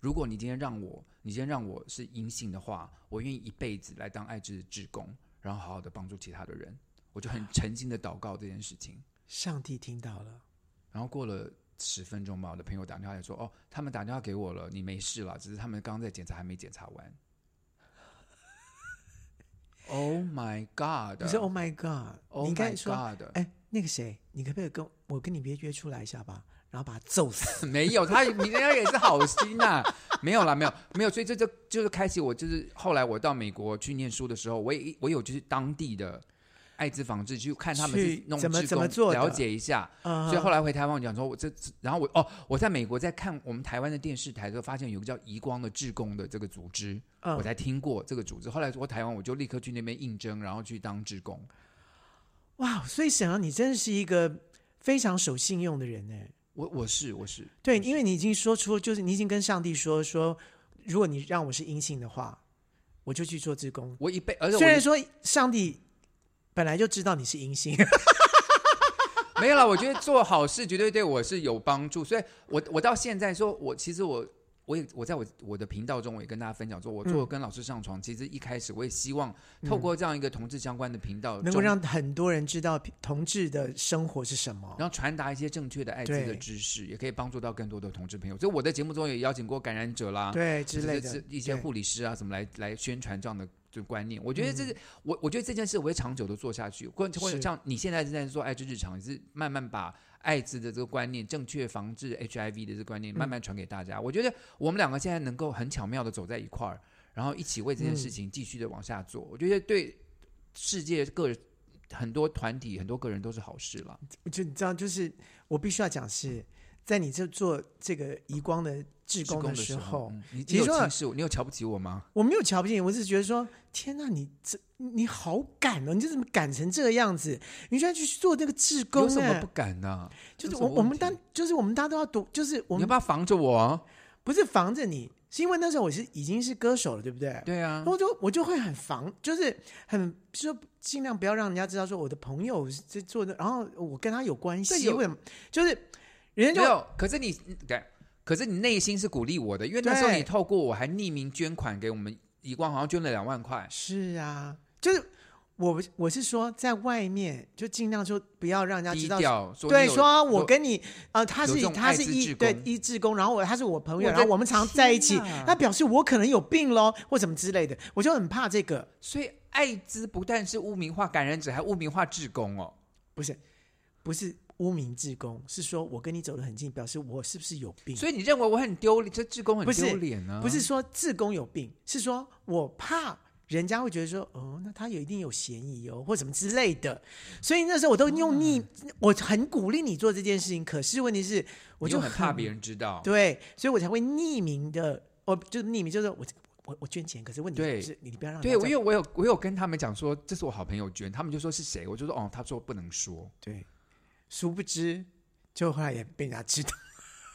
S2: 如果你今天让我，你今天让我是阴性的话，我愿意一辈子来当爱之职工，然后好好的帮助其他的人，我就很诚心的祷告这件事情。
S1: 上帝听到了，
S2: 然后过了十分钟吧，我的朋友打电话来说，哦，他们打电话给我了，你没事了，只是他们刚刚在检查还没检查完。Oh my God！
S1: 你说 “Oh my God”，、
S2: Oh
S1: 你应该
S2: my
S1: 说
S2: God：“
S1: 哎，那个谁，你可不可以跟我跟你约约出来一下吧？”然后把他揍 死。
S2: 没有，他你人家也是好心呐、 没有啦，没有，没有，所以这就就是开启我就是后来我到美国去念书的时候，我也我有就是当地的艾滋防治去看他们是
S1: 去
S2: 弄
S1: 怎么
S2: 志
S1: 怎么
S2: 工
S1: 做的
S2: 了解一下。
S1: 啊
S2: 所以后来回台湾，我讲说我这，然后我哦，我在美国在看我们台湾的电视台的时候，发现有个叫移光的志工的这个组织，
S1: 嗯
S2: 我才听过这个组织。后来我台湾我就立刻去那边应征，然后去当志工。
S1: 哇，所以沈阳，你真的是一个非常守信用的人呢。
S2: 我我是我是
S1: 对，因为你已经说出，就是你已经跟上帝说说，如果你让我是阴性的话，我就去做志工。
S2: 我一辈，而且我
S1: 虽
S2: 一
S1: 然说上帝本来就知道你是阴
S2: 哦
S1: 性，
S2: 没有啦，我觉得做好事绝对对我是有帮助，所以我我到现在说，我其实我我也我在我我的频道中，我也跟大家分享说，我做跟老师上床，其实一开始我也希望透过这样一个同志相关的频道，
S1: 能够
S2: 中
S1: 让很多人知道同志的生活是什么。
S2: 然后传达一些正确的艾滋的
S1: 对
S2: 知识，也可以帮助到更多的同志朋友。所以我的节目中也邀请过感染者啦，
S1: 对
S2: 就
S1: 之
S2: 是
S1: 类
S2: 这
S1: 的
S2: 一些
S1: 对
S2: 护理师啊什么来来宣传这样的就观念。我觉得这是、我我觉得这件事我会长久的做下去，或或者
S1: 嗯是
S2: 像你现在正在做艾滋日常，也是慢慢把。艾滋的这个观念，正确防治 HIV 的这个观
S1: 嗯
S2: 念，慢慢传给大家。我觉得我们两个现在能够很巧妙的走在一块儿，然后一起为这件
S1: 嗯
S2: 事情继续的往下做。我觉得对世界各很多团体、很多个人都是好事了。
S1: 就你知道，就是我必须要讲是在你这做这个移光的志
S2: 志
S1: 工
S2: 工
S1: 的
S2: 的时
S1: 时
S2: 候
S1: 候，，
S2: 嗯你
S1: 其
S2: 你有
S1: 实
S2: 轻视我，你有瞧不起我吗？
S1: 我没有瞧不起你，我只是觉得说，天呐，你这你好敢哦，你这怎么敢成这个样子？你居然去做那个志工
S2: 有什
S1: 哎、
S2: 么不敢呢？
S1: 就是
S2: 有什
S1: 我
S2: 么
S1: 我
S2: 问
S1: 们
S2: 题
S1: 当就是我们大家都要读，就是我
S2: 你要
S1: 们
S2: 不要防着我？
S1: 不是防着你，是因为那时候我是已经是歌手了，对不对？
S2: 对啊，
S1: 我就我就会很防，就是很说尽量不要让人家知道说我的朋友是在做的，然后我跟他有关
S2: 对
S1: 系，
S2: 有
S1: 为什么？就是人
S2: 没
S1: 家就
S2: 有。可是你嗯对，可是你内心是鼓励我的，因为那时候
S1: 对
S2: 你透过我还匿名捐款给我们一光，好像捐了两万块。
S1: 是啊，就是我我是说在外面就尽量说不要让人家
S2: 低
S1: 知道。
S2: 调，说
S1: 对，
S2: 你有
S1: 说啊我跟你，呃，他
S2: 有
S1: 是
S2: 这种
S1: 他
S2: 艾
S1: 是
S2: 滋
S1: 一
S2: 志
S1: 对
S2: 工
S1: 一志工，然后我他是我朋友，
S2: 我
S1: 然后
S2: 的
S1: 我们常在一起
S2: 天哪，
S1: 他表示我可能有病喽，或什么之类的，我就很怕这个。
S2: 所以艾滋不但是污名化感染者，还污名化志工哦。
S1: 不是，不是污名志工，是说我跟你走得很近，表示我是不是有病？
S2: 所以你认为我很丢脸，这志工很
S1: 不是
S2: 丢脸啊
S1: 嗯
S2: 呢？
S1: 不是说志工有病，是说我怕人家会觉得说，哦，那他有一定有嫌疑哦，或什么之类的。所以那时候我都用逆，我很鼓励你做这件事情，可是问题是，我
S2: 你
S1: 就
S2: 又很怕别人知道。
S1: 对，所以我才会匿名的，我就匿名，就是我我我捐钱，可是问题
S2: 对
S1: 是你不要让
S2: 对，
S1: 人家
S2: 我
S1: 知道
S2: 有我有我有跟他们讲说，这是我好朋友捐，他们就说是谁，我就说哦，他说不能说。
S1: 对，殊不知，就后来也被人家知道。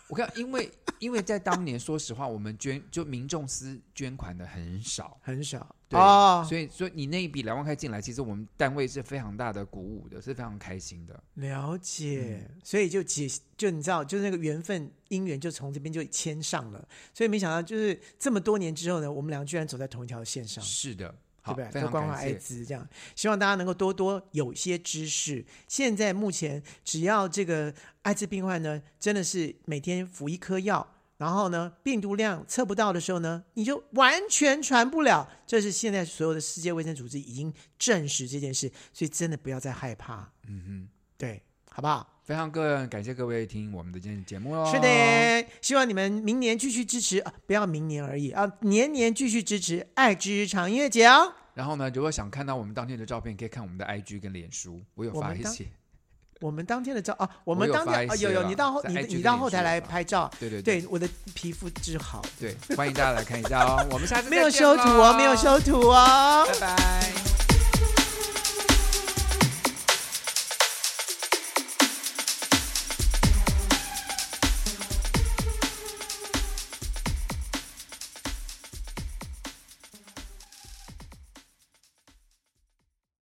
S2: 我看，因为因为在当年，说实话，我们捐就民众私捐款的很少，
S1: 很少
S2: 对，
S1: 哦，
S2: 所以所以你那一笔两万块进来，其实我们单位是非常大的鼓舞的，是非常开心的。
S1: 了解，
S2: 嗯
S1: 所以就解就你知道，就是那个缘分姻缘就从这边就牵上了，所以没想到就是这么多年之后呢，我们俩居然走在同一条线上，
S2: 是的，
S1: 对
S2: 好，
S1: 不对？
S2: 非
S1: 都
S2: 常
S1: 关怀
S2: 感
S1: 艾
S2: 谢。
S1: 滋这样，希望大家能够多多有一些知识。现在目前只要这个艾滋病患呢，真的是每天服一颗药。然后呢，病毒量测不到的时候呢，你就完全传不了。这是现在所有的世界卫生组织已经证实这件事，所以真的不要再害怕。
S2: 嗯
S1: 对，好不好？
S2: 哼，非常个感谢各位听我们的今天的节目喽。
S1: 是，
S2: 哦
S1: 的，希望你们明年继续支持啊，不要明年而已啊，年年继续支持《爱之日常音乐节》哦。
S2: 然后呢，如果想看到我们当天的照片，可以看我们的 IG 跟脸书，我有
S1: 我
S2: 发
S1: 们
S2: 一
S1: 当
S2: 些。
S1: 我们当天的照啊，我
S2: 我
S1: 们
S2: 有
S1: 当天
S2: 发
S1: 啊，
S2: 一些
S1: 有有，
S2: 啦
S1: 你到后
S2: 在
S1: 你
S2: IG
S1: 你
S2: 的
S1: 到
S2: 脸
S1: 后台
S2: 书
S1: 来
S2: 上
S1: 拍照，
S2: 对对对
S1: 对，我的皮肤之好，
S2: 对，欢迎大家来看一下哦。我们下次
S1: 没
S2: 再
S1: 有
S2: 见
S1: 修图哦，
S2: 喽
S1: 没有，修图哦。
S2: 拜拜。